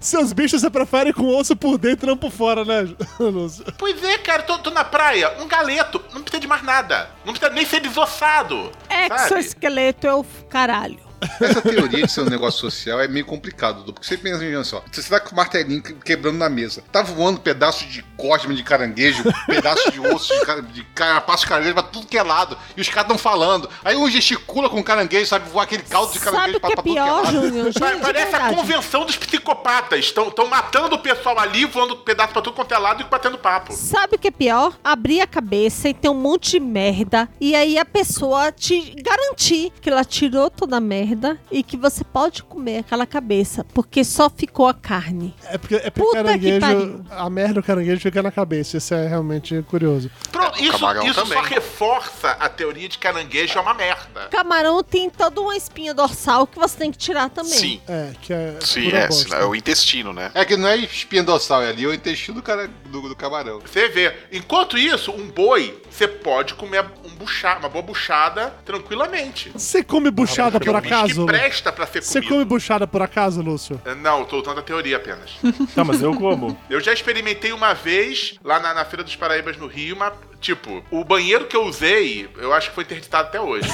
L: Seus bichos você prefere com osso por dentro e não por fora, né, Lúcio?
E: pois é, cara, tô, tô na praia. Um galeto. Não precisa de mais nada. Não precisa nem ser desossado. sabe?
B: Exoesqueleto é o caralho.
A: Essa teoria de ser um negócio social é meio complicado, Dudu, porque você pensa em só. Você tá com o martelinho que- quebrando na mesa. Tá voando pedaço de cosma de caranguejo, pedaço de osso de, cara, de carapaço de caranguejo pra tudo que é lado. E os caras tão falando. Aí um gesticula com caranguejo, sabe? Voar aquele caldo de caranguejo
B: Sabe o
A: pra,
B: que
A: pra
B: é
A: tudo que é
B: pior,
A: lado.
B: Júnior? Júnior,
E: Pa-
B: de
E: Parece a
B: verdade.
E: convenção dos psicopatas. Estão tão matando o pessoal ali, voando pedaço pra tudo quanto é lado e batendo papo.
B: Sabe o que é pior? Abrir a cabeça e ter um monte de merda. E aí a pessoa te garantir que ela tirou toda a merda e que você pode comer aquela cabeça, porque só ficou a carne.
L: É porque, é porque
B: Puta que
L: caranguejo,
B: pariu.
L: a merda do caranguejo fica na cabeça. Isso é realmente curioso.
E: Pronto, isso,
L: camarão
E: isso
L: também.
E: só reforça a teoria de caranguejo é uma merda.
B: Camarão tem toda uma espinha dorsal que você tem que tirar também.
C: Sim.
L: É, que é.
C: Sim,
A: Pura
C: é,
A: bosta.
C: senão é o intestino, né?
A: É que não é espinha dorsal, é ali, é o intestino do, cara, do, do camarão.
E: Você vê. Enquanto isso, um boi, você pode comer um buchá, uma boa buchada tranquilamente.
L: Você come
D: Ah,
L: buchada
E: Porque
L: por
E: é um bicho
L: acaso?
E: Que presta pra ser
L: Você
E: comido.
L: come buchada por acaso, Lúcio?
E: Não, eu tô usando a teoria apenas.
D: Tá, mas eu como.
E: Eu já experimentei uma vez lá na, na Feira dos Paraíbas no Rio, mas, tipo, o banheiro que eu usei, eu acho que foi interditado até hoje.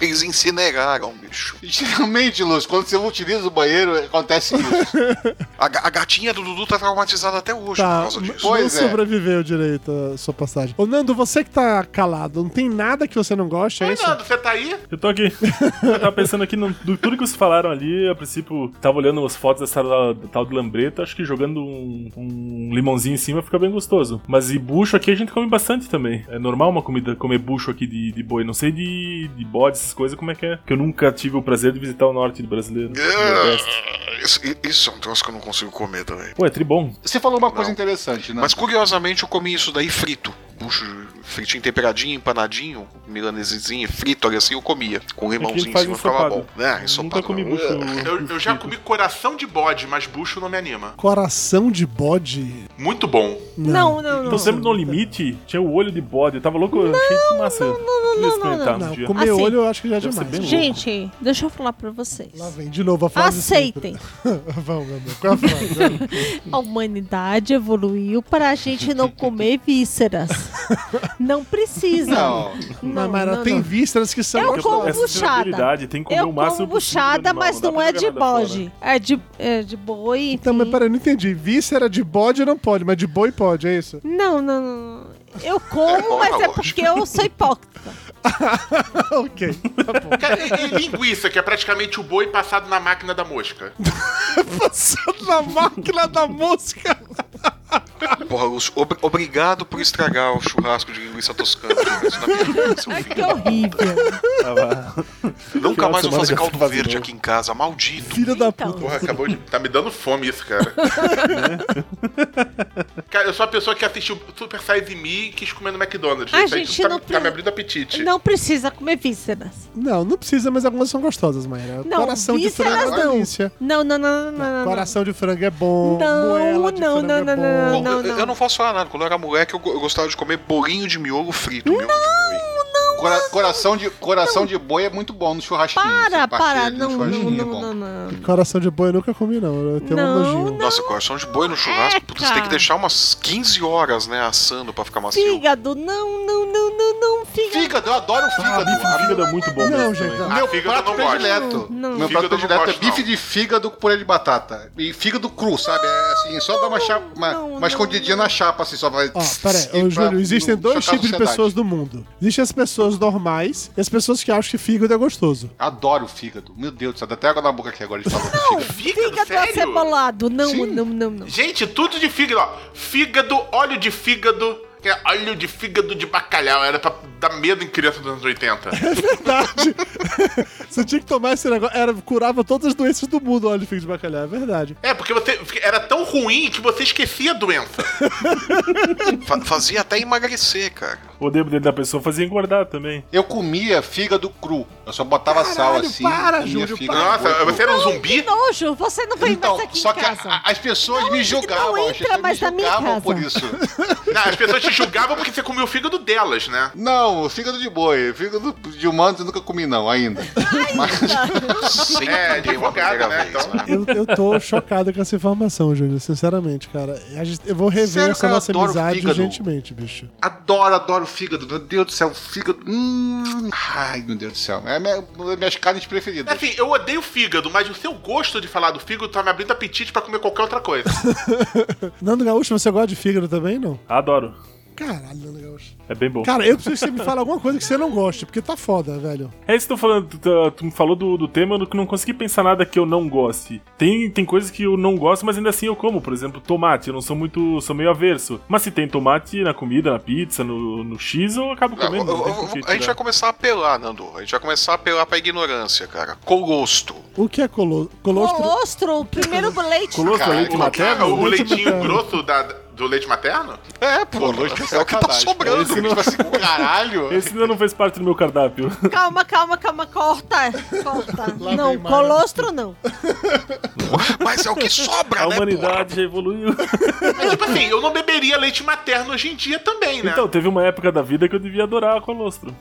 C: Eles incineraram, bicho.
A: E geralmente, Lúcio, quando você utiliza o banheiro, acontece isso.
C: A, ga- a gatinha do Dudu tá traumatizada até hoje por
L: Tá,
C: causa é. disso.
L: não sobreviveu direito a sua passagem. Ô, Nando, você que tá calado, não tem nada que você não goste, é isso?
E: Fernando, você tá aí?
D: Eu tô aqui. Eu tava pensando aqui no do- tudo que vocês falaram ali. A princípio, tava olhando as fotos dessa tal- tal de lambreta. Acho que jogando um, um limãozinho em cima fica bem gostoso. Mas e bucho aqui a gente come bastante também. É normal uma comida comer bucho aqui de, de boi. Não sei de, de bode, essas coisas, como é que é. Porque eu nunca tive o prazer de visitar o norte brasileiro.
E: Ah!
D: Nordeste.
C: Isso, isso é um troço que eu não consigo comer também.
D: Pô, é tribom.
A: Você falou uma coisa interessante, né?
C: Mas curiosamente eu comi isso daí frito. Bucho fritinho, temperadinho, empanadinho, milanesezinho, frito, olha assim, eu comia. Com
D: Aqui
C: limãozinho em
D: faz
C: cima ficava
D: ensopado.
C: bom.
E: Ah,
C: Né? Ensopado não.
E: Eu, eu já comi coração de bode, mas bucho não me anima.
L: Coração de bode.
E: Muito bom.
B: Não, não, não.
D: Então sempre
E: um.
D: no limite tinha o olho de bode. Eu tava louco, eu achei massa. Não, não,
B: não, não, não.
L: Comer
B: Assim.
L: olho eu acho que já é
D: Deve ser
L: demais.
D: bem louco.
B: Gente, deixa eu falar pra vocês.
L: Lá vem de novo a frase.
B: Aceitem.
L: sempre. Vamos, Nando. Qual é a frase?
B: A humanidade evoluiu para a gente não comer vísceras. Não precisa.
A: Não.
L: Não, mas tem vísceras que são
B: Eu como
D: Essa
B: buchada.
D: sensibilidade, tem que comer
B: eu
D: o máximo
B: como
D: possível do
B: buchada,
D: animal,
B: mas
D: não dá
B: não,
D: pra
B: é
D: jogar
B: de
D: nada fora. né?
B: bode. É de, é de boi, enfim.
L: Então, mas peraí, eu não entendi. Víscera de bode não pode, mas de boi pode, é isso?
B: Não, não, não. não. Eu como, mas é porque eu sou hipócrita.
L: ok.
E: Cara, e, e linguiça, que é praticamente o boi passado na máquina da mosca.
L: Passando na máquina da música.
C: Porra, Lúcio, ob- obrigado por estragar o churrasco de linguiça toscana. né? Isso na minha vida, seu filho.
B: Que horrível.
C: Nunca
E: Final
C: mais
E: de
C: vou
E: semana
C: fazer
E: já
C: caldo verde aqui em casa, maldito.
L: Filho da
B: Então,
L: puta.
E: Porra, acabou de. Tá me dando fome isso, cara. cara, eu sou a pessoa que assistiu Super Size Me e quis comer no McDonald's.
B: A
E: Isso aí
B: gente
E: tá,
B: não
E: tá
B: pre-
E: me abrindo apetite.
B: Não precisa comer vísceras.
L: Não, não precisa, mas algumas são gostosas, Mayra.
B: Não,
L: Coração de
B: vísceras
L: frango é
B: não.
L: delícia.
B: Não, não, não, não, não. não,
L: Coração de frango é bom.
B: Não,
L: moela de
B: não,
L: frango
B: não,
L: é
B: não,
L: bom.
B: não, não,
C: Eu- Eu não posso falar nada. Quando eu era moleque, eu go- eu gostava de comer bolinho de miolo frito. miolo
A: Cora- coração de, coração de boi é muito bom no churrasquinho.
B: Para,
A: Você partir
B: para.
A: ali no
B: Não, não,
A: churrasquinho é
B: não,
A: bom.
B: não, não.
L: Coração de boi eu nunca comi, não. Eu tenho um
B: Não,
L: nojinho.
C: de- Nossa, coração de boi no churrasco, puta, você tem que deixar umas 15 horas, né, assando pra ficar
A: um
C: macio.
B: Fígado, não, não, não, não, não. Fígado.
A: Fígado, eu adoro
L: Ah,
A: o fígado.
D: bife de fígado é muito bom.
L: Não,
D: mesmo
L: gente,
D: também.
L: não.
A: Meu
E: fígado eu
A: prato
E: não gosto.
A: predileto.
B: Ah, Não.
A: Meu
E: Fígado
A: prato
E: eu não
A: predileto é
E: gosto, não.
A: bife de fígado com purê de batata. E fígado cru, sabe? É assim, só dá uma chapa, uma, uma escondidinha na chapa, assim, só vai.
L: Ó, peraí, ô, Júlio, existem dois tipos de pessoas do mundo. Existem as pessoas normais e as pessoas que acham que fígado é gostoso.
A: Adoro fígado. Meu Deus do céu, dá até água na boca aqui agora de falar.
B: Não, fígado é
E: sério?
B: acebolado. Não, não, não, não.
E: Gente, tudo de fígado, ó. Fígado, óleo de fígado, que é óleo de fígado de bacalhau. Era pra dar medo em criança dos anos 80.
L: É verdade. você tinha que tomar esse negócio. Era, curava todas as doenças do mundo, olha, filho de bacalhau. É verdade.
E: É, porque você era tão ruim que você esquecia a doença.
C: Fa- fazia até emagrecer, cara.
L: ah.
D: O dedo dele da pessoa fazia engordar também.
A: Eu comia fígado cru. Eu só botava sal
D: Caralho,
A: assim.
D: para,
A: comia
D: Júlio,
A: fígado
D: para.
A: cru.
E: Nossa, você era um zumbi?
B: Que nojo, você não vem
A: é Então,
B: mais aqui
A: só
B: em
A: que
B: casa.
A: a- as pessoas me julgavam,
B: Não então
A: as
B: entra
A: pessoas me
B: mais na minha casa.
A: julgavam por isso.
E: Não, as pessoas te julgavam porque você comia o fígado delas, né?
A: Não, fígado de boi. Fígado de humano eu nunca comi, não, ainda.
E: Sim, é, advogado, né? Então,
L: Eu, eu tô chocado com essa informação, Júlio. Sinceramente, cara. A gente- eu vou rever
A: Sério,
L: essa
A: cara, eu
L: nossa
A: adoro
L: amizade
A: fígado.
L: urgentemente, bicho.
A: Adoro, adoro fígado. Meu Deus do céu, fígado. Hum. Ai, meu Deus do céu. É minha, minhas carnes preferidas.
E: Assim, eu odeio fígado, mas o seu gosto de falar do fígado tá me abrindo apetite pra comer qualquer outra coisa.
L: Nando Gaúcho, você gosta de fígado também, não?
D: Adoro.
L: Caralho, Nando Gaúcho.
D: É bem bom.
L: Cara, eu preciso que você me fale alguma coisa que você não goste, porque tá foda, velho.
D: É isso que eu tô falando. Tu, tu- tu me falou do, do tema, eu não- não consegui pensar nada que eu não goste. Tem, tem coisas que eu não gosto, mas ainda assim eu como. Por exemplo, tomate. Eu não sou muito. sou meio averso. Mas se tem tomate na comida, na pizza, no, no X, eu acabo
C: Não,
D: comendo. não
C: eu-
D: tem né?
C: eu-
D: por que
C: a gente
D: tirar.
C: vai começar a apelar, Nando. A gente vai começar a apelar pra ignorância, cara. Com gosto.
L: O que é colo colostro?
B: Colostro, o primeiro leite.
E: Cara, o- é? o, o
L: Leite
E: leitinho
L: materno.
E: grosso da- do leite materno?
C: É, pô.
E: é o que tá sobrando.
D: Esse não-
A: caralho.
D: Esse ainda não fez parte do meu cardápio.
B: Calma, calma, calma, corta. Corta.
D: Lá
B: não,
D: vem Mara.
B: colostro não.
C: Mas é o que sobra,
D: A humanidade já evoluiu.
E: Mas, tipo assim, eu não beberia leite materno hoje em dia também, né?
D: Então, teve uma época da vida que eu devia adorar colostro.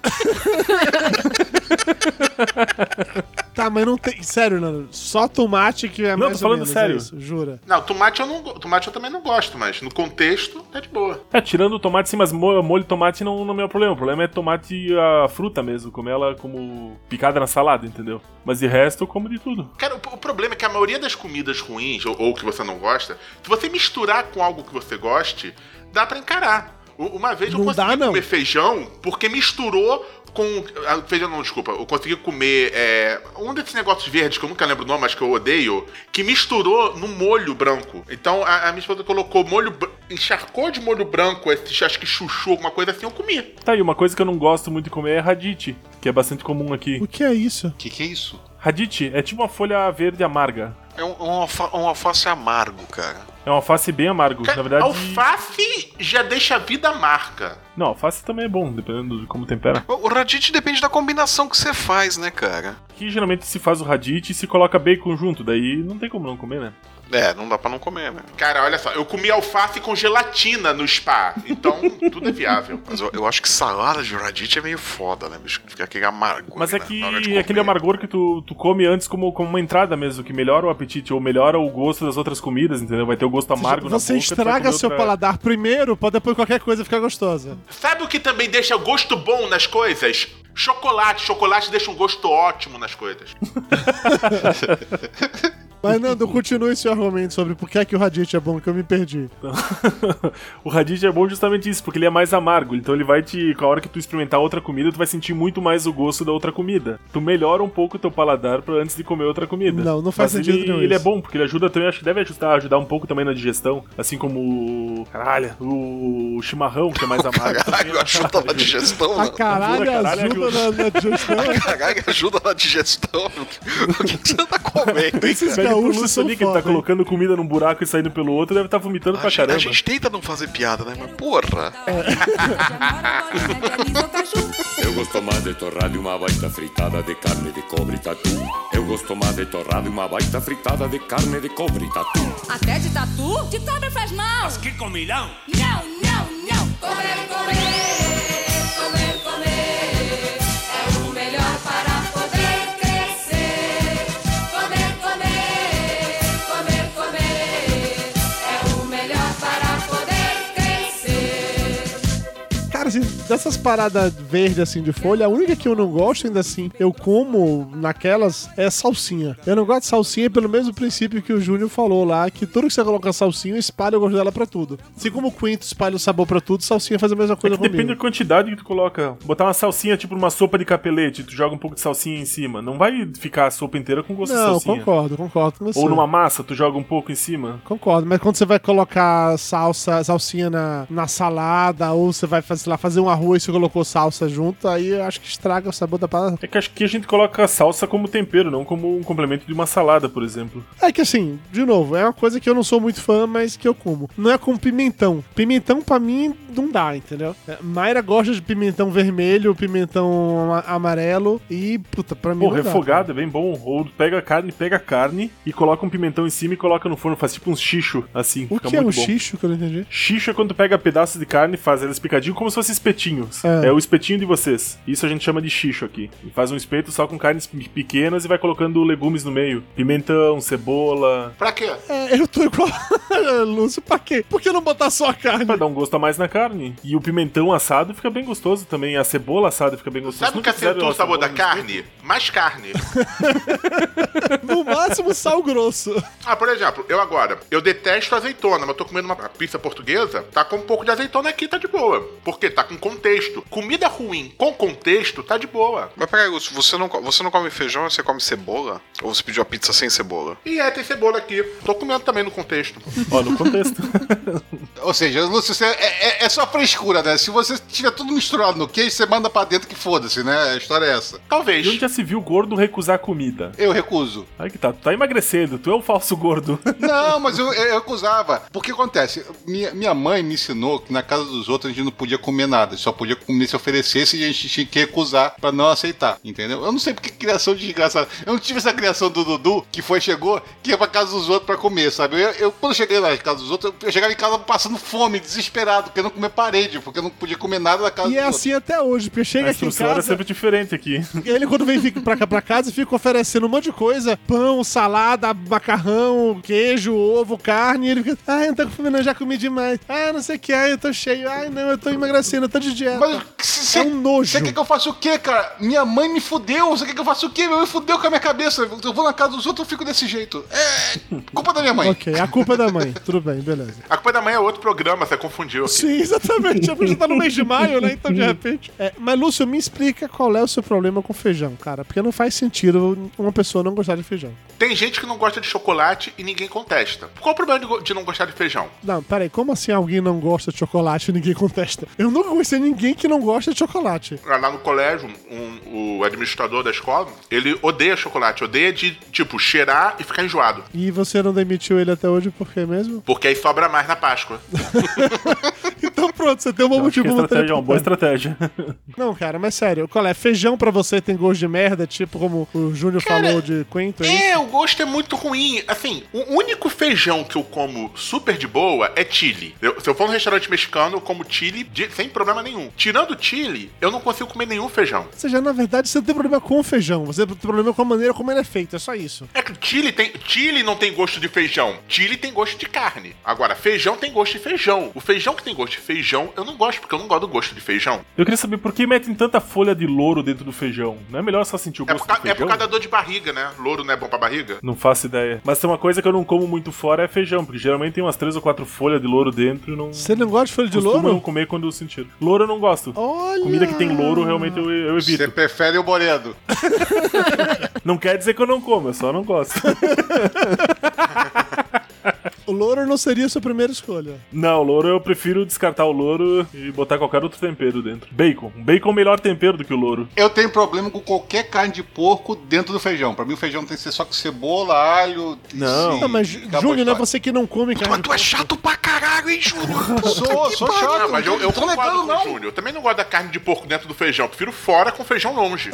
L: Tá, mas não tem. Sério, Nando. Só tomate que é
D: Não,
L: mais.
D: tô
L: ou
D: falando
L: menos,
D: sério.
L: é isso, jura.
E: Não, tomate eu, não, go- tomate eu também não gosto, mas no contexto é de boa.
D: É, tirando o tomate, sim, mas molho, molho de tomate não, não é meu problema. O problema é tomate a fruta mesmo, comer ela como picada na salada, entendeu? Mas de resto eu como de tudo.
E: Cara, o, o problema é que a maioria das comidas ruins, ou, ou que você não gosta, se você misturar com algo que você goste, dá pra encarar. U- Uma vez eu
L: Não
E: consegui
L: dá, não.
E: comer feijão porque misturou com. ah, Feijão não, desculpa. Eu consegui comer é, um desses negócios verdes que eu nunca lembro o nome, mas que eu odeio, que misturou no molho branco. Então a, a minha esposa colocou molho. br- encharcou de molho branco esse, acho que chuchu, alguma coisa assim, eu comi.
D: Tá aí, uma coisa que eu não gosto muito de comer é radite, que é bastante comum aqui. O
L: que é isso? O
A: que, que é isso?
D: Radite é tipo uma folha verde amarga.
C: É um, um, alfa- um alface amargo, cara.
D: É um alface bem amargo, na verdade.
E: Alface já deixa a vida marca.
D: Não, alface também é bom, dependendo de como tempera.
C: O o radite depende da combinação que você faz, né, cara?
D: Aqui geralmente se faz o radite e se coloca bacon junto, daí não tem como não comer, né?
C: É, não dá pra não comer, né?
E: Cara, olha só, eu comi alface com gelatina no spa, então tudo é viável.
C: Mas eu, eu acho que salada de radite é meio foda, né, bicho? Fica aquele amargo.
D: Mas é
C: ali, né,
D: que
C: na hora de
D: é aquele amargor que tu, tu come antes como, como uma entrada mesmo, que melhora o apetite ou melhora o gosto das outras comidas, entendeu? Vai ter o gosto amargo na
L: Você
D: boca, tu vai
L: estraga
D: comer
L: seu
D: outra-
L: paladar primeiro pra depois qualquer coisa ficar gostosa.
E: Sabe o que também deixa gosto bom nas coisas? Chocolate. Chocolate deixa um gosto ótimo nas coisas.
L: Mas, Nando, continue seu argumento sobre por que, é que o radite é bom, que eu me perdi.
D: o radite é bom justamente isso, porque ele é mais amargo. Então ele vai te. Com a hora que tu experimentar outra comida, tu vai sentir muito mais o gosto da outra comida. Tu melhora um pouco o teu paladar pra, antes de comer outra comida.
L: Não, não faz
D: Mas
L: sentido
D: ele,
L: nenhum
D: ele é
L: isso.
D: bom, porque ele ajuda também, acho que deve ajustar, ajudar um pouco também na digestão. Assim como. o- Caralho, o chimarrão, que é mais amargo. Caralho,
C: ajuda na digestão,
D: Tá
L: A Tá caralho, ajuda na, na digestão.
C: Caralho, ajuda na digestão. O que- o que que você tá comendo, hein,
D: Esses
C: cara?
D: gaúchos ali que ele tá colocando comida num buraco e saindo pelo outro, deve estar vomitando pra caramba.
C: A gente tenta não fazer piada, né? Mas porra.
M: Eu gosto mais de torrada e uma baita fritada de carne de cobre tatu. Eu gosto mais de torrada e uma baita fritada de carne de cobre tatu.
N: Até de tatu? De cobra faz mal. Mas que comilhão? Não, não, não. Comer, comer, comer, comer. É o melhor para poder crescer. Comer, comer, comer, comer. É o melhor para poder crescer.
L: Cara, vocês Dessas paradas verdes, assim, de folha, a única que eu não gosto, ainda assim, eu como naquelas, é salsinha. Eu não gosto de salsinha pelo mesmo princípio que o Júnior falou lá, que tudo que você coloca salsinha, espalha o gosto dela pra tudo. Assim como o Quinto espalha o sabor pra tudo, salsinha faz a mesma
D: É
L: coisa né?
D: que
L: comigo.
D: depende da quantidade que tu coloca. Botar uma salsinha, tipo uma sopa de capelete, tu joga um pouco de salsinha em cima. Não vai ficar a sopa inteira com gosto de
L: Não,
D: salsinha.
L: concordo, concordo com você.
D: Ou numa massa, tu joga um pouco em cima.
L: Concordo, mas quando você vai colocar salsa, salsinha na, na salada, ou você vai fazer, sei lá, fazer um arroz e você colocou salsa junto, aí eu acho que estraga o sabor da parada.
D: É que acho que a gente coloca a salsa como tempero, não como um complemento de uma salada, por exemplo.
L: É que assim, de novo, é uma coisa que eu não sou muito fã, mas que eu como. Não é como pimentão. Pimentão pra mim não dá, entendeu? É, Mayra gosta de pimentão vermelho, pimentão ama- amarelo e, puta, pra mim
D: Pô,
L: não dá.
D: refogado é bem bom. Ou pega a carne, pega a carne e coloca um pimentão em cima e coloca no forno, faz tipo um xixo, assim.
L: O
D: fica
L: que é
D: muito
L: um
D: bom.
L: xixo que eu não entendi?
D: Xixo é quando tu pega pedaços de carne e faz eles picadinho como se fossem espetinhos.
L: É.
D: É. o espetinho de vocês. Isso a gente chama de xixo aqui. E faz um espeto só com carnes pe- pequenas e vai colocando legumes no meio. Pimentão, cebola.
E: Pra quê?
L: É, eu tô igual Lúcio, pra quê? Por que não botar só a carne?
D: Pra dar um gosto a mais na carne. E o pimentão assado fica bem gostoso também. A cebola assada fica bem gostosa.
E: Sabe o que acentua o sabor da carne? Mais carne.
L: No máximo, sal grosso.
E: Ah, por exemplo, eu agora, eu detesto azeitona, mas eu tô comendo uma pizza portuguesa, tá com um pouco de azeitona aqui, tá de boa. Porque tá com contexto. Comida ruim com contexto, tá de boa.
C: Mas peraí, Lúcio, você não, co- você não come feijão, você come cebola? Ou você pediu a pizza sem cebola?
E: E é, tem cebola aqui. Tô comendo também no contexto.
D: Ó, no contexto.
A: Ou seja, Lúcio, você- é, é- é só frescura, né? Se você tiver tudo misturado no queijo, você manda pra dentro que foda-se, né? A história é essa.
E: Talvez.
D: E onde já se viu gordo recusar comida?
A: Eu recuso.
D: Aí que tá, tu tá emagrecendo, tu é um falso gordo.
A: Não, mas eu, eu, eu acusava. Porque acontece, minha, minha mãe me ensinou que na casa dos outros a gente não podia comer nada, só podia comer se oferecesse e a gente tinha que recusar pra não aceitar, entendeu? Eu não sei porque criação desgraçada. Eu não tive essa criação do Dudu, que foi, chegou, que ia pra casa dos outros pra comer, sabe? Eu, eu, quando eu cheguei na casa dos outros, eu chegava em casa passando fome, desesperado, querendo comer parede, porque eu não podia comer nada da casa
L: E
A: dos
L: é assim até hoje, porque chega
D: a
L: aqui em
D: instrução era
L: casa...
D: é sempre diferente aqui.
L: E Ele, quando vem fica pra, cá, pra casa, fica oferecendo um monte de coisa: pão, salada, macarrão, queijo, ovo, carne. E ele fica, ah, eu não tô com fome, não, já comi demais. Ah, não sei o que, ah, eu tô cheio. Ai, não, eu tô emagrecendo, eu tô de dieta.
A: é
L: um nojo.
A: Você quer que eu faça o quê, cara? Minha mãe me fudeu. Você quer que eu faça o quê? Minha mãe fudeu com a minha cabeça. Eu vou na casa dos outros, eu fico desse jeito. É culpa da minha mãe.
L: Ok, a culpa é da mãe. Tudo bem, beleza.
E: A culpa da mãe é outro programa, você confundiu. aqui.
L: Sim, exatamente. A gente tá no mês de maio, né? Então, de repente. É, mas, Lúcio, me explica qual é o seu problema com feijão, cara. Porque não faz sentido uma pessoa não gostar de feijão.
E: Tem gente que não gosta de chocolate e ninguém contesta. Qual o problema de, go- de não gostar de feijão?
L: Não, peraí, como assim alguém não gosta de chocolate e ninguém contesta? Eu nunca conheci ninguém que não gosta de chocolate.
E: Lá lá no colégio, um- o administrador da escola, ele odeia chocolate, odeia de, tipo, cheirar e ficar enjoado.
L: E você não demitiu ele até hoje por quê mesmo?
E: Porque aí sobra mais na Páscoa.
L: Então pronto, você tem um bom
D: Acho que
L: motivo
D: a
L: pra
D: estratégia é uma boa
L: teleportar.
D: estratégia.
L: Não, cara, mas sério, qual é? Feijão pra você tem gosto de merda, tipo como o Júnior falou de Quinto, é isso?
E: É, o gosto é muito ruim. Assim, o único feijão que eu como super de boa é chile. Eu- se eu for num restaurante mexicano, eu como chile de- sem problema nenhum. Tirando chile, eu não consigo comer nenhum feijão.
L: Ou seja, na verdade, você não tem problema com o feijão, você tem problema com a maneira como ele é feito, é só isso.
E: É que chile, tem, chile não tem gosto de feijão. Chile tem gosto de carne. Agora, feijão tem gosto de feijão. O feijão que tem gosto de feijão, eu não gosto, porque eu não gosto do gosto de feijão.
D: Eu queria saber por que metem tanta folha de louro dentro do feijão. Não é melhor só sentir o
E: É
D: gosto
E: por,
D: do
E: ca- é
D: feijão?
E: por causa da dor de barriga, né? Louro não é bom pra barriga?
D: Não faço ideia. Mas tem uma coisa que eu não como muito fora é feijão, porque geralmente tem umas três ou quatro folhas de louro dentro e não.
L: Você não gosta de folha de
D: costumo não
L: louro?
D: comer quando eu sentir. Louro eu não gosto.
L: Olha!
D: Comida que tem louro realmente eu, eu evito.
A: Você prefere o Boredo.
D: Não quer dizer que eu não como, eu só não gosto.
L: O louro não seria a sua primeira escolha.
D: não, louro eu prefiro descartar o louro e botar qualquer outro tempero dentro. Bacon. Um bacon é o melhor tempero do que o louro.
A: Eu tenho problema com qualquer carne de porco dentro do feijão. Pra mim, o feijão tem que ser só com cebola, alho.
D: Não.
L: Ah, mas
A: acabou a
L: Júnior, não é você que não come carne.
E: Tu é chato pra caralho, hein, Júnior?
A: Sou, sou chato.
E: Não, mas eu, eu
C: Tá
A: Não tô
E: concordo
A: negando,
E: com o
A: não.
E: Júnior. Eu também não gosto da carne de porco dentro do feijão. Eu prefiro fora com feijão longe.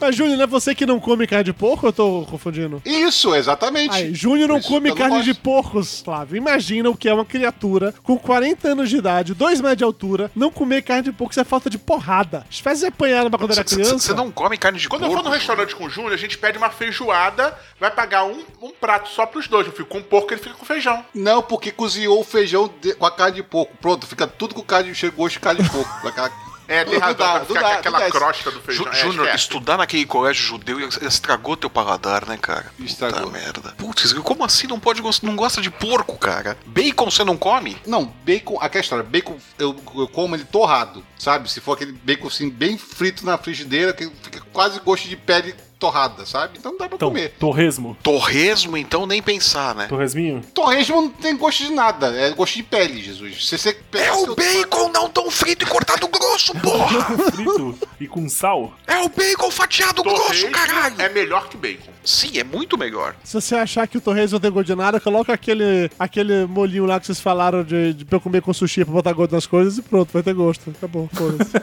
L: Mas Júnior, não é você que não come carne de porco ou eu tô confundindo?
A: Isso, exatamente.
L: Aí, Júnior não
A: Isso,
L: come
A: eu não
L: carne
A: gosto.
L: de porcos, Flávio. Imagina o que é uma criatura com 40 anos de idade, 2 metros de altura, não comer carne de porco, isso é falta de porrada. As fezes apanharam pra quando era criança.
C: Você não come carne de
E: Quando eu
C: porco?
E: for no restaurante com o Júnior, a gente pede uma feijoada, vai pagar um, um prato só pros dois. Eu fico com porco, ele fica com feijão.
A: Não, porque cozinhou o feijão de- com a carne de porco. Pronto, fica tudo com carne de gosto de carne de porco. Com aquela-
E: É, tem
A: Não
E: razão,
A: dá,
E: pra
A: não
E: ficar
A: dá,
E: com
A: não
E: aquela
A: desce.
E: crosta do feijão.
C: Ju-
E: É,
C: Júnior,
E: esquece.
C: estudar naquele colégio judeu estragou teu paladar, né, cara?
A: Estragou.
C: Puta merda. Putz, como assim não pode gostar, não gosta de porco, cara? Bacon você não come?
A: Não, bacon, aquela história, bacon eu, eu como ele torrado, sabe? Se for aquele bacon assim bem frito na frigideira, que fica quase gosto de pele torrada, sabe? Então não dá pra
D: Então,
A: comer.
D: torresmo.
C: Torresmo, então, nem pensar, né?
D: Torresminho?
A: Torresmo não tem gosto de nada, é gosto de pele, Jesus. Se você pega
C: É
A: seu-
C: o bacon não tão frito e cortado grosso, porra!
D: Frito e com sal?
C: É o bacon fatiado grosso, caralho!
E: É melhor que bacon.
C: Sim, é muito melhor.
L: Se você achar que o torresmo não tem gosto de nada, coloca aquele, aquele molinho lá que vocês falaram de, de pra eu comer com sushi pra botar gosto nas coisas e pronto, vai ter gosto. Acabou, foda-se.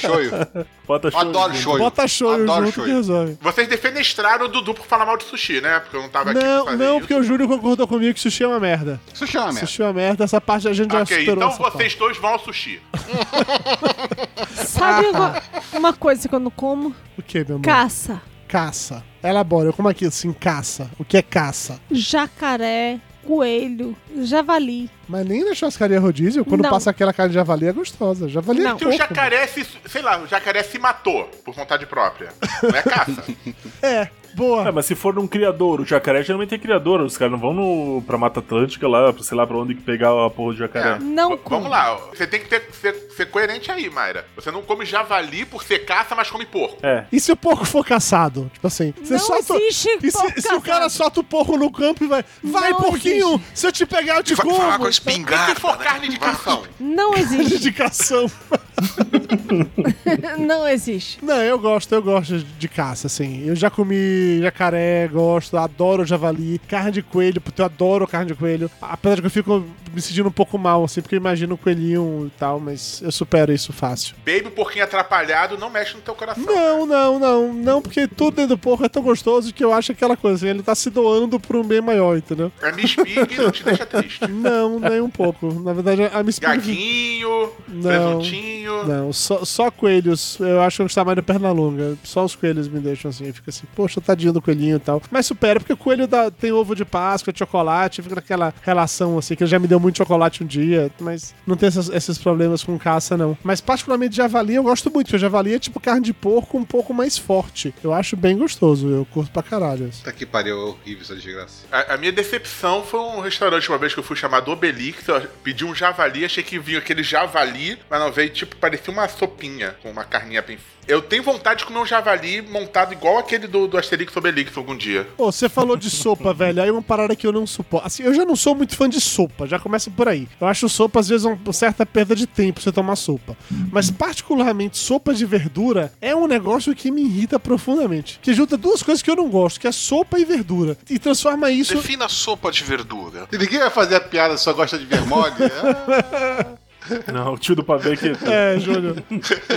A: shoyu.
D: Bota
E: shoyu. Adoro
L: shoyu. Bota shoyu
E: Adoro
L: junto que resolve.
E: Vocês defenestraram o Dudu por falar mal de sushi, né? Porque eu não tava aqui. pra
L: Não,
E: fazer
L: não,
E: isso.
L: porque o Júlio concordou comigo que sushi é uma merda.
A: Sushi é uma merda.
L: Sushi é tá. uma merda, essa parte a gente já
E: Ok,
L: superou.
E: então
L: essa parte.
E: vocês dois vão ao sushi.
B: Sabe uma- uma coisa que eu não
D: Hum.
B: como?
L: O que, meu amor?
B: Caça.
L: Caça. Elabora, eu como aqui assim, caça. O que é caça?
B: Jacaré, coelho, javali.
L: Mas nem na churrascaria rodízio, quando
B: Não.
L: passa aquela carne de javali é gostosa. Javali é
E: Se o
D: um
L: porco.
E: jacaré se, sei lá, o jacaré se matou por vontade própria. Não é caça.
L: É, boa.
D: É, mas se for num criador, o jacaré geralmente tem criador. Os caras não vão no, pra Mata Atlântica lá, pra, sei lá pra onde que pegar a porra do jacaré.
E: V- Vamos lá, ó. você tem que ter- ser, ser coerente aí, Mayra. Você não come javali por ser caça, mas come porco.
D: É.
L: E se o porco for caçado? Tipo assim, você
E: Não
L: solta.
E: existe
L: e se,
E: porco
L: se o cara solta o porco no campo e vai. Vai,
E: Não
L: porquinho!
E: existe.
L: Se eu te pegar, eu te como!
E: E se for
C: né?
E: carne de cação?
B: Não existe.
L: de cação.
B: não existe.
L: Não, eu gosto, eu gosto de caça, assim. Eu já comi jacaré, gosto, adoro javali, carne de coelho, puta, eu adoro carne de coelho. Apesar de que eu fico me sentindo um pouco mal, assim, porque eu imagino o coelhinho e tal, mas eu supero isso fácil.
E: Baby, porquinho atrapalhado, não mexe no teu coração.
L: Não, não, não, não, porque tudo dentro do porco é tão gostoso que eu acho aquela coisa, assim, ele tá se doando pra um bem maior, entendeu?
E: É Miss Pig, não te deixa triste.
L: Não, nem um pouco. Na verdade, a Miss Pig.
E: Gaguinho,
L: Não,
E: presuntinho.
L: não só, só coelhos. Eu acho que eu gostava mais do Pernalonga. Só os coelhos me deixam assim. Fica assim, poxa, tadinho do coelhinho e tal. Mas supera, porque o coelho dá- tem ovo de Páscoa, chocolate, fica naquela relação assim, que ele já me deu muito chocolate um dia, mas não tem essas- esses problemas com caça, não. Mas particularmente javali eu gosto muito, porque javali é tipo carne de porco um pouco mais forte. Eu acho bem gostoso, eu curto pra caralho.
A: Puta que pariu, é horrível essa desgraça.
E: A, a minha decepção foi um restaurante uma vez que eu fui chamado Obelix. Eu pedi um javali, achei que vinha aquele javali, mas não veio, tipo, parecia uma sopinha com uma carninha bem. Eu tenho vontade de comer um javali montado igual aquele do, do Asterix Obelix algum dia.
L: Ô, você falou de sopa, velho. Aí uma parada que eu não suporto. Assim, eu já não sou muito fã de sopa, já começa por aí. Eu acho sopa, às vezes, uma certa perda de tempo você tomar sopa. Mas, particularmente, sopa de verdura é um negócio que me irrita profundamente. Que junta duas coisas que eu não gosto, que é sopa e verdura. E transforma isso.
C: Defina sopa de verdura.
A: E ninguém vai fazer a piada, só gosta de ver mole. né?
D: Não, o tio do pavê que.
L: É, Júnior.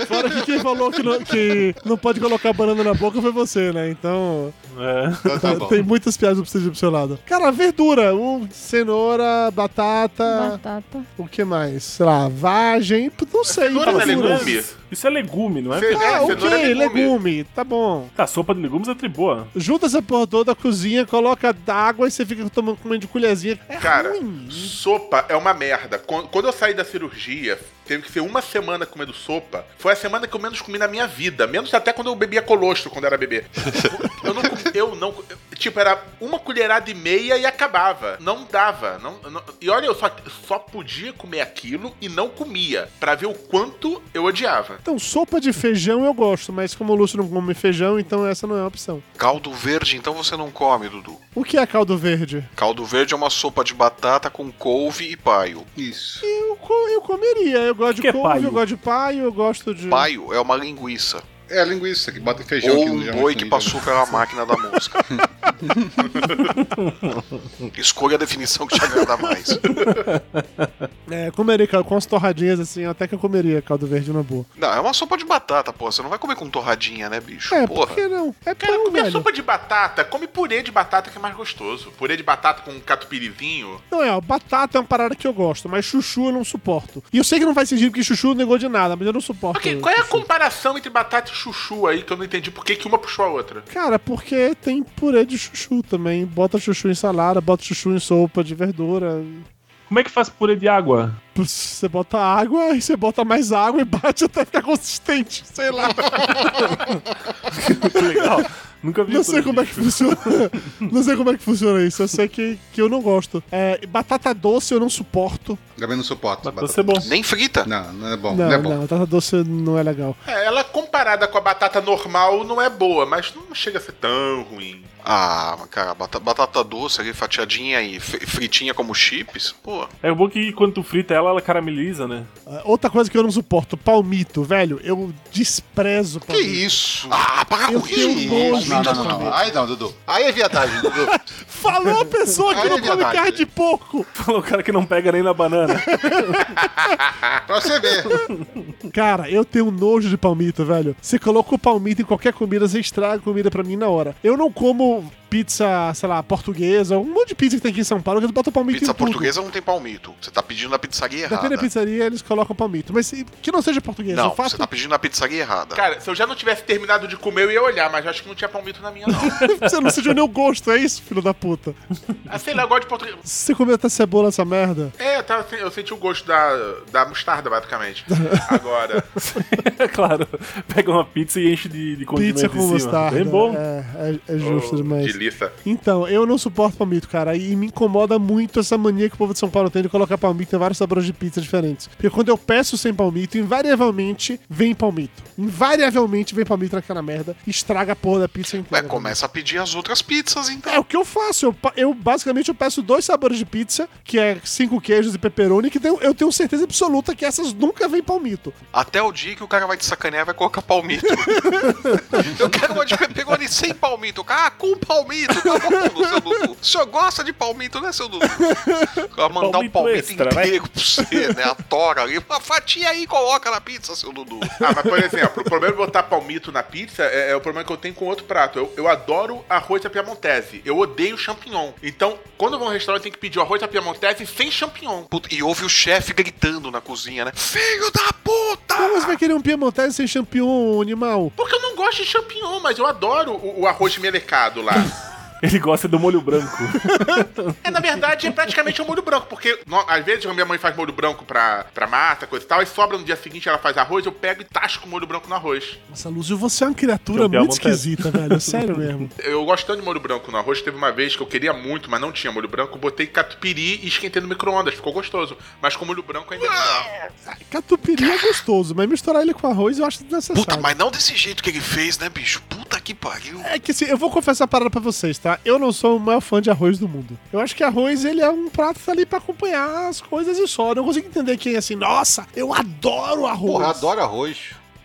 L: Fora que quem falou que não, que não pode colocar banana na boca foi você, né? Então.
D: É.
A: tá bom.
L: Tem muitas piadas pra você pro seu lado. Cara, verdura. Um, cenoura,
D: Ah.
L: batata.
B: Batata.
L: O que mais? Sei lá, vagem. p- Não sei.
D: Tá, mas
L: verduras.
D: isso- Isso é legume, não é?
L: Cê- é, Ah, ok, cenoura é legume. tá bom.
D: Tá, sopa de legumes é triboa.
L: Junta essa porra toda, cozinha, coloca água e você fica tomando comendo de colherzinha. É
E: Cara,
L: ruim.
E: sopa é uma merda. Quan- Quando eu saí da cirurgia, teve que ser uma semana comendo sopa. Foi a semana que eu menos comi na minha vida. Menos até quando eu bebia colostro, quando era bebê. Eu não. comi- Eu não tipo, era uma colherada e meia e acabava. Não dava. Não, não- e olha, eu só, só podia comer aquilo e não comia. Pra ver o quanto eu odiava.
L: Então, sopa de feijão eu gosto, mas como o Lúcio não come feijão, então essa não é uma opção.
C: Caldo verde, então você não come, Dudu.
L: O que é caldo verde?
C: Caldo verde é uma sopa de batata com couve e paio.
A: Isso.
L: Eu, co- eu comeria. Eu gosto de
C: é
L: couve,
C: paio?
L: eu gosto de paio, eu gosto de.
C: Paio é uma linguiça.
A: É a linguiça que bota feijão
C: Ou
A: aqui no assim, né?
C: um boi que passou pela máquina da mosca. Escolha a definição que te agrada mais.
L: É, comeria cara, com as torradinhas assim, até que eu comeria caldo verde na boa.
C: Não, é uma sopa de batata, pô. Você não vai comer com torradinha, né, bicho?
L: É,
C: Porra.
L: por que não? É
E: Cara,
L: pão,
E: comer
L: velho.
E: sopa de batata, come purê de batata que é mais gostoso. Purê de batata com um catupirizinho.
L: Não é, ó, batata é uma parada que eu gosto, mas chuchu eu não suporto. E eu sei que não faz sentido porque chuchu não negou de nada, mas eu não suporto.
E: é Ok, qual é a comparação entre batata e chuchu aí que eu não entendi por que, que uma puxou a outra.
L: Cara, porque tem purê de chuchu também. Bota chuchu em salada, bota chuchu em sopa de verdura.
D: Como é que faz purê de água?
L: Você bota água e você bota mais água e bate até ficar consistente, sei lá.
D: Legal. Nunca vi
L: Não
D: purê
L: sei
D: de
L: como é que funciona. não sei como é que funciona isso. Eu sei que, que eu não gosto. É, batata doce eu não suporto.
A: Também não suporto. batata.
D: é bom.
C: Nem frita.
A: Não, não é bom.
L: não,
A: Não, é bom.
L: não, batata doce não é legal.
E: É, ela comparada com a batata normal não é boa, mas não chega a ser tão ruim.
C: Ah, mas cara, bata- batata doce ali, fatiadinha e fri- fritinha como chips, pô.
D: É bom que quando tu frita ela, ela carameliza, né?
L: Ah, Outra coisa que eu não suporto, palmito, velho. Eu desprezo
A: Que
L: palmito.
A: isso?
C: Ah, para
L: Eu tenho nojo
A: Não,
L: de
A: não, não,
L: palmito.
A: não. Aí não, Dudu. Aí é viadagem, Dudu.
L: Falou a pessoa que
A: Aí
L: não
A: é
L: come
A: verdade.
L: carne de porco.
D: Falou o cara que não pega nem na banana.
A: pra você ver.
L: Cara, eu tenho nojo de palmito, velho. Você coloca o palmito em qualquer comida, você estraga a comida pra mim na hora. Eu não como pizza, sei lá, portuguesa, um monte de pizza que tem aqui em São Paulo, que tu bota palmito
C: Pizza
L: em tudo.
C: portuguesa não tem palmito. Você tá pedindo na pizzaria
L: Depende
C: errada.
L: da pizzaria, eles colocam palmito. Mas se- que não seja portuguesa,
C: Não,
L: o fato
C: você tá pedindo na pizzaria errada.
E: Cara, se eu já não tivesse terminado de comer, eu ia olhar, mas eu acho que não tinha palmito na minha, não.
L: é que você não seja nem o gosto, é isso, filho da puta.
E: ah, sei lá, eu gosto de português.
L: Você comeu até cebola essa merda.
E: É, eu, tava sen- eu senti o gosto da, da mostarda, basicamente. Agora.
D: É claro. Pega uma pizza e enche de, de condimento
L: Pizza
D: em
L: com
D: cima.
L: mostarda.
D: Bem bom.
L: É, é- é justo
E: Ô,
L: demais.
E: Delícia.
L: Então, eu não suporto palmito, cara. E me incomoda muito essa mania que o povo de São Paulo tem de colocar palmito em vários sabores de pizza diferentes. Porque quando eu peço sem palmito, invariavelmente vem palmito. Invariavelmente vem palmito naquela merda e estraga a porra da pizza
C: Ué,
L: inteira.
C: É, começa a pedir as outras pizzas, então.
L: É o que eu faço. Eu, pa- eu, basicamente eu peço dois sabores de pizza, que é cinco queijos e pepperoni, que tenho- eu tenho certeza absoluta que essas nunca vêm palmito.
C: Até o dia que o cara vai te sacanear e vai colocar palmito. eu quero uma de pepperoni sem palmito. Ah, com palmito. Tá bom, seu Dudu. O senhor gosta de palmito, né, seu Dudu? Vai mandar
D: Palmito
C: um palmito
D: extra, né?
C: inteiro pra você, né? A tora ali. Uma fatia aí e coloca na pizza, seu Dudu.
E: Ah, mas por exemplo, o problema de botar palmito na pizza é, é o problema que eu tenho com outro prato. Eu, eu adoro arroz à piamontese. Eu odeio champignon. Então, quando eu vou a um restaurante, eu tenho que pedir o arroz à piamontese sem champignon.
C: Puta, e ouve o chefe gritando na cozinha, né? Filho da puta!
L: Como você vai querer um piemontese sem champignon, animal?
E: Porque eu não gosto de champignon, mas eu adoro o, o arroz melecado lá.
D: Ele gosta do molho branco.
E: É, na verdade, é praticamente um molho branco, porque no- às vezes a minha mãe faz molho branco pra, pra massa, coisa e tal, e sobra no dia seguinte, ela faz arroz, eu pego e tasco o molho branco no arroz.
L: Nossa, Lúcio, você é uma criatura
D: Tem um
L: muito
D: piemontese.
L: esquisita, velho. Sério mesmo.
E: Eu gosto tanto de molho branco no arroz, teve uma vez que eu queria muito, mas não tinha molho branco, eu botei catupiry e esquentei no micro-ondas, ficou gostoso. Mas com molho branco ainda não.
L: Catupiry é gostoso, mas misturar ele com arroz eu acho desnecessário.
C: Puta, mas não desse jeito que ele fez, né, bicho? Puta que pariu.
L: É que assim, eu vou confessar a parada pra vocês, tá? Eu não sou o maior fã de arroz do mundo. Eu acho que arroz, ele é um prato que tá ali pra acompanhar as coisas e só. Eu não consigo entender quem é assim, nossa, eu adoro arroz.
A: Porra, eu adoro arroz.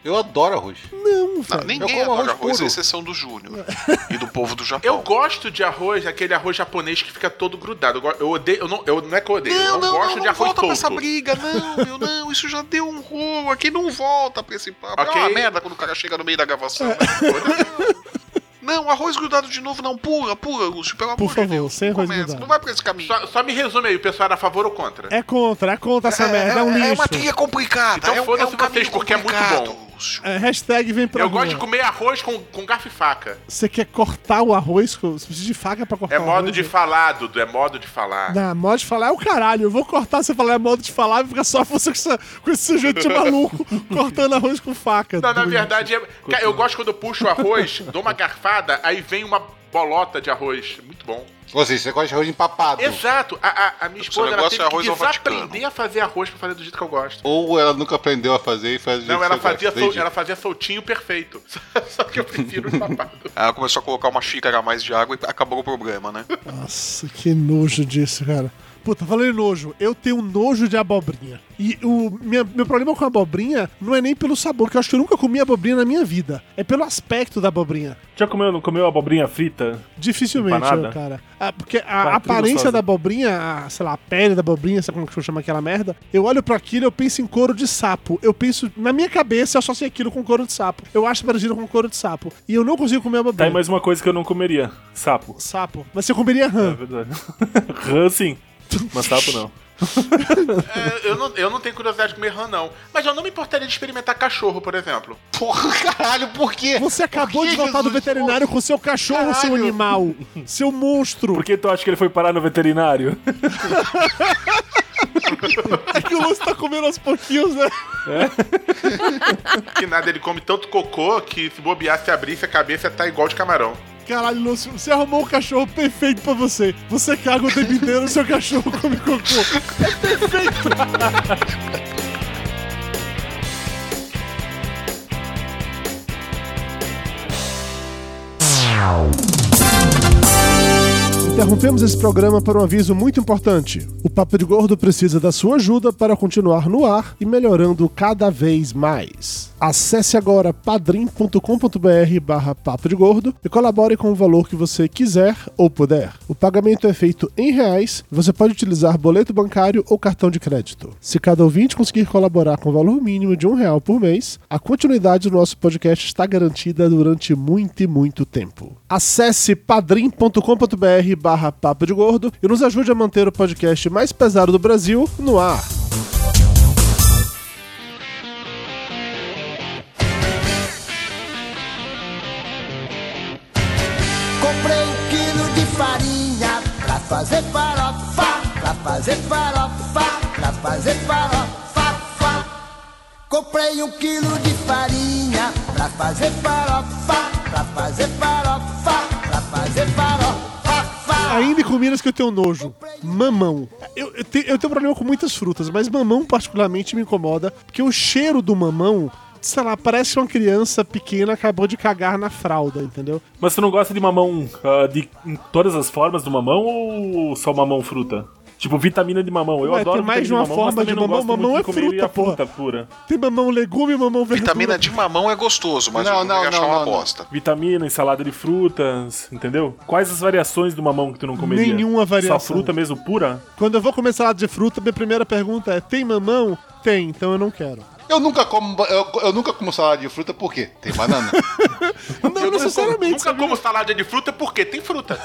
A: Eu adoro arroz.
L: Não,
C: Não,
L: velho.
C: ninguém
A: É, Eu como
C: adora
A: arroz
C: arroz, à
A: puro.
C: exceção do Júnior e do povo do Japão.
E: Eu gosto de arroz, aquele arroz japonês que fica todo grudado. Eu, go- eu odeio, eu não, eu, não é que eu odeio, eu não, gosto de arroz
C: volta pra essa
E: solto.
C: briga, não, meu, não, isso já deu um rolo aqui, não volta pra esse papo.
E: Ok.
C: É uma merda quando o cara chega no meio da gravação. né? não, arroz grudado de novo, não, pula, pula, Lúcio, pelo amor
L: Por
C: de
L: favor,
C: Deus.
L: sem arroz
C: Começa, não
L: grudado.
C: vai pra esse caminho.
E: Só, só me resume aí, o pessoal era a favor ou contra?
L: É contra, é contra essa merda, é, um
C: é
L: lixo.
C: uma trilha complicada,
E: Então
C: é, um- é
E: foda-se
C: um caminho
E: vocês, porque é muito
C: complicado,
E: bom.
C: Lúcio.
L: É, hashtag vem pra
E: Eu
L: rua.
E: gosto de comer arroz com, com garfo e faca.
L: Você quer cortar o arroz? com- Você precisa de faca pra cortar
E: É
L: o
E: modo
L: arroz,
E: de
L: né?
E: falar, Dudu, é modo de falar.
L: Não, modo de falar é o caralho. Eu vou cortar, você falar é modo de falar, vai ficar só você com, essa- com esse sujeito de maluco cortando arroz com faca.
E: Não, na
L: Doido.
E: verdade, é... Cara, eu gosto quando eu puxo o arroz, dou uma garfada, aí vem uma bolota de arroz. Muito bom.
A: Ou seja, você gosta de arroz empapado.
E: Exato. A, a- a minha
C: Seu
E: esposa ela
C: negócio
E: teve
C: é arroz
E: que
C: ao Vaticano.
E: desaprender a fazer arroz pra fazer do jeito que eu gosto.
A: Ou ela nunca aprendeu a fazer e faz do jeito
E: Não,
A: que
E: ela
A: você
E: fazia,
A: gosta.
E: sol-
A: Entendi.
E: ela fazia soltinho perfeito. Só- Só que eu prefiro empapado.
C: Ela começou a colocar uma xícara a mais de água e acabou o problema, né?
L: Nossa, que nojo disso, cara. Puta, falando em nojo, eu tenho nojo de abobrinha. E o minha- meu problema com a abobrinha não é nem pelo sabor, que eu acho que eu nunca comi abobrinha na minha vida. É pelo aspecto da abobrinha.
D: Já comeu, não comeu abobrinha frita?
L: Dificilmente,
D: Empanada?
L: eu, cara. Ah, porque a
D: Vai,
L: aparência
D: tudo
L: da abobrinha, a, sei lá, a pele da abobrinha, sabe como que chama aquela merda? Eu olho pra aquilo, eu penso em couro de sapo. Eu penso, na minha cabeça, eu associo aquilo com couro de sapo. Eu acho parecido com couro de sapo. E eu não consigo comer
D: Tá
L: abobrinha.
D: aí mais uma coisa que eu não comeria. Sapo.
L: Sapo. Mas você comeria rã.
D: É verdade. Rã sim. Mas sapo não.
E: É, eu, não, eu não tenho curiosidade de comer rã, não. Mas eu não me importaria de experimentar cachorro, por exemplo.
A: Porra, caralho, por quê?
D: É.
L: Você acabou de voltar do veterinário com seu cachorro, seu
E: Caralho.
L: animal, seu monstro.
D: Por que tu acha que ele foi parar no veterinário?
L: É que o Lúcio tá comendo aos pouquinhos, né?
E: Que nada, ele come tanto cocô que se bobear, se abrisse a cabeça, tá igual de camarão.
L: Caralho, Lúcio, você arrumou um cachorro perfeito pra você. Você caga o tempo inteiro, seu cachorro come cocô. É perfeito! Interrompemos esse programa para um aviso muito importante. O Papo de Gordo precisa da sua ajuda para continuar no ar e melhorando cada vez mais. Acesse agora padrim.com.br barra papo de gordo e colabore com o valor que você quiser ou puder. O pagamento é feito em reais e você pode utilizar boleto bancário ou cartão de crédito. Se cada ouvinte conseguir colaborar com o valor mínimo de um real por mês, a continuidade do nosso podcast está garantida durante muito e muito tempo. Acesse padrim.com.br barra papo de gordo e nos ajude a manter o podcast mais pesado do Brasil no ar.
N: Comprei um quilo de farinha pra fazer farofa, pra fazer farofa, pra fazer farofa. fa. Comprei um quilo de farinha pra fazer farofa, pra fazer farofa, pra fazer farofa.
L: Ainda em comidas que eu tenho nojo. Mamão. Eu, eu, te- eu tenho problema com muitas frutas, mas mamão particularmente me incomoda, porque o cheiro do mamão, sei lá, parece que uma criança pequena acabou de cagar na fralda, entendeu?
D: Mas tu não gosta de mamão ah, de em todas as formas do mamão ou só mamão fruta? Tipo, vitamina de mamão. Eu
L: Ué,
D: adoro
L: tem mais
D: vitamina
L: de uma
D: mamão, mas
L: forma
D: também
L: de
D: não gosto
L: mamão.
D: muito
L: Mamão
D: de
L: é
D: comer
L: fruta,
D: a fruta pura.
L: Tem mamão legume, mamão verdura.
D: Vitamina
E: de mamão é gostoso, mas
D: não,
E: eu não, ia achar uma bosta.
D: Vitamina, ensalada de frutas, entendeu? Quais as variações do mamão que tu não comeria?
L: Nenhuma variação.
D: Só fruta mesmo pura?
L: Quando eu vou comer salada de fruta, minha primeira pergunta é: tem mamão? Tem, então eu não quero.
A: Eu nunca como, ba- eu, eu nunca como salada de fruta por quê? Tem banana.
L: não necessariamente.
E: Nunca como salada de fruta porque tem fruta.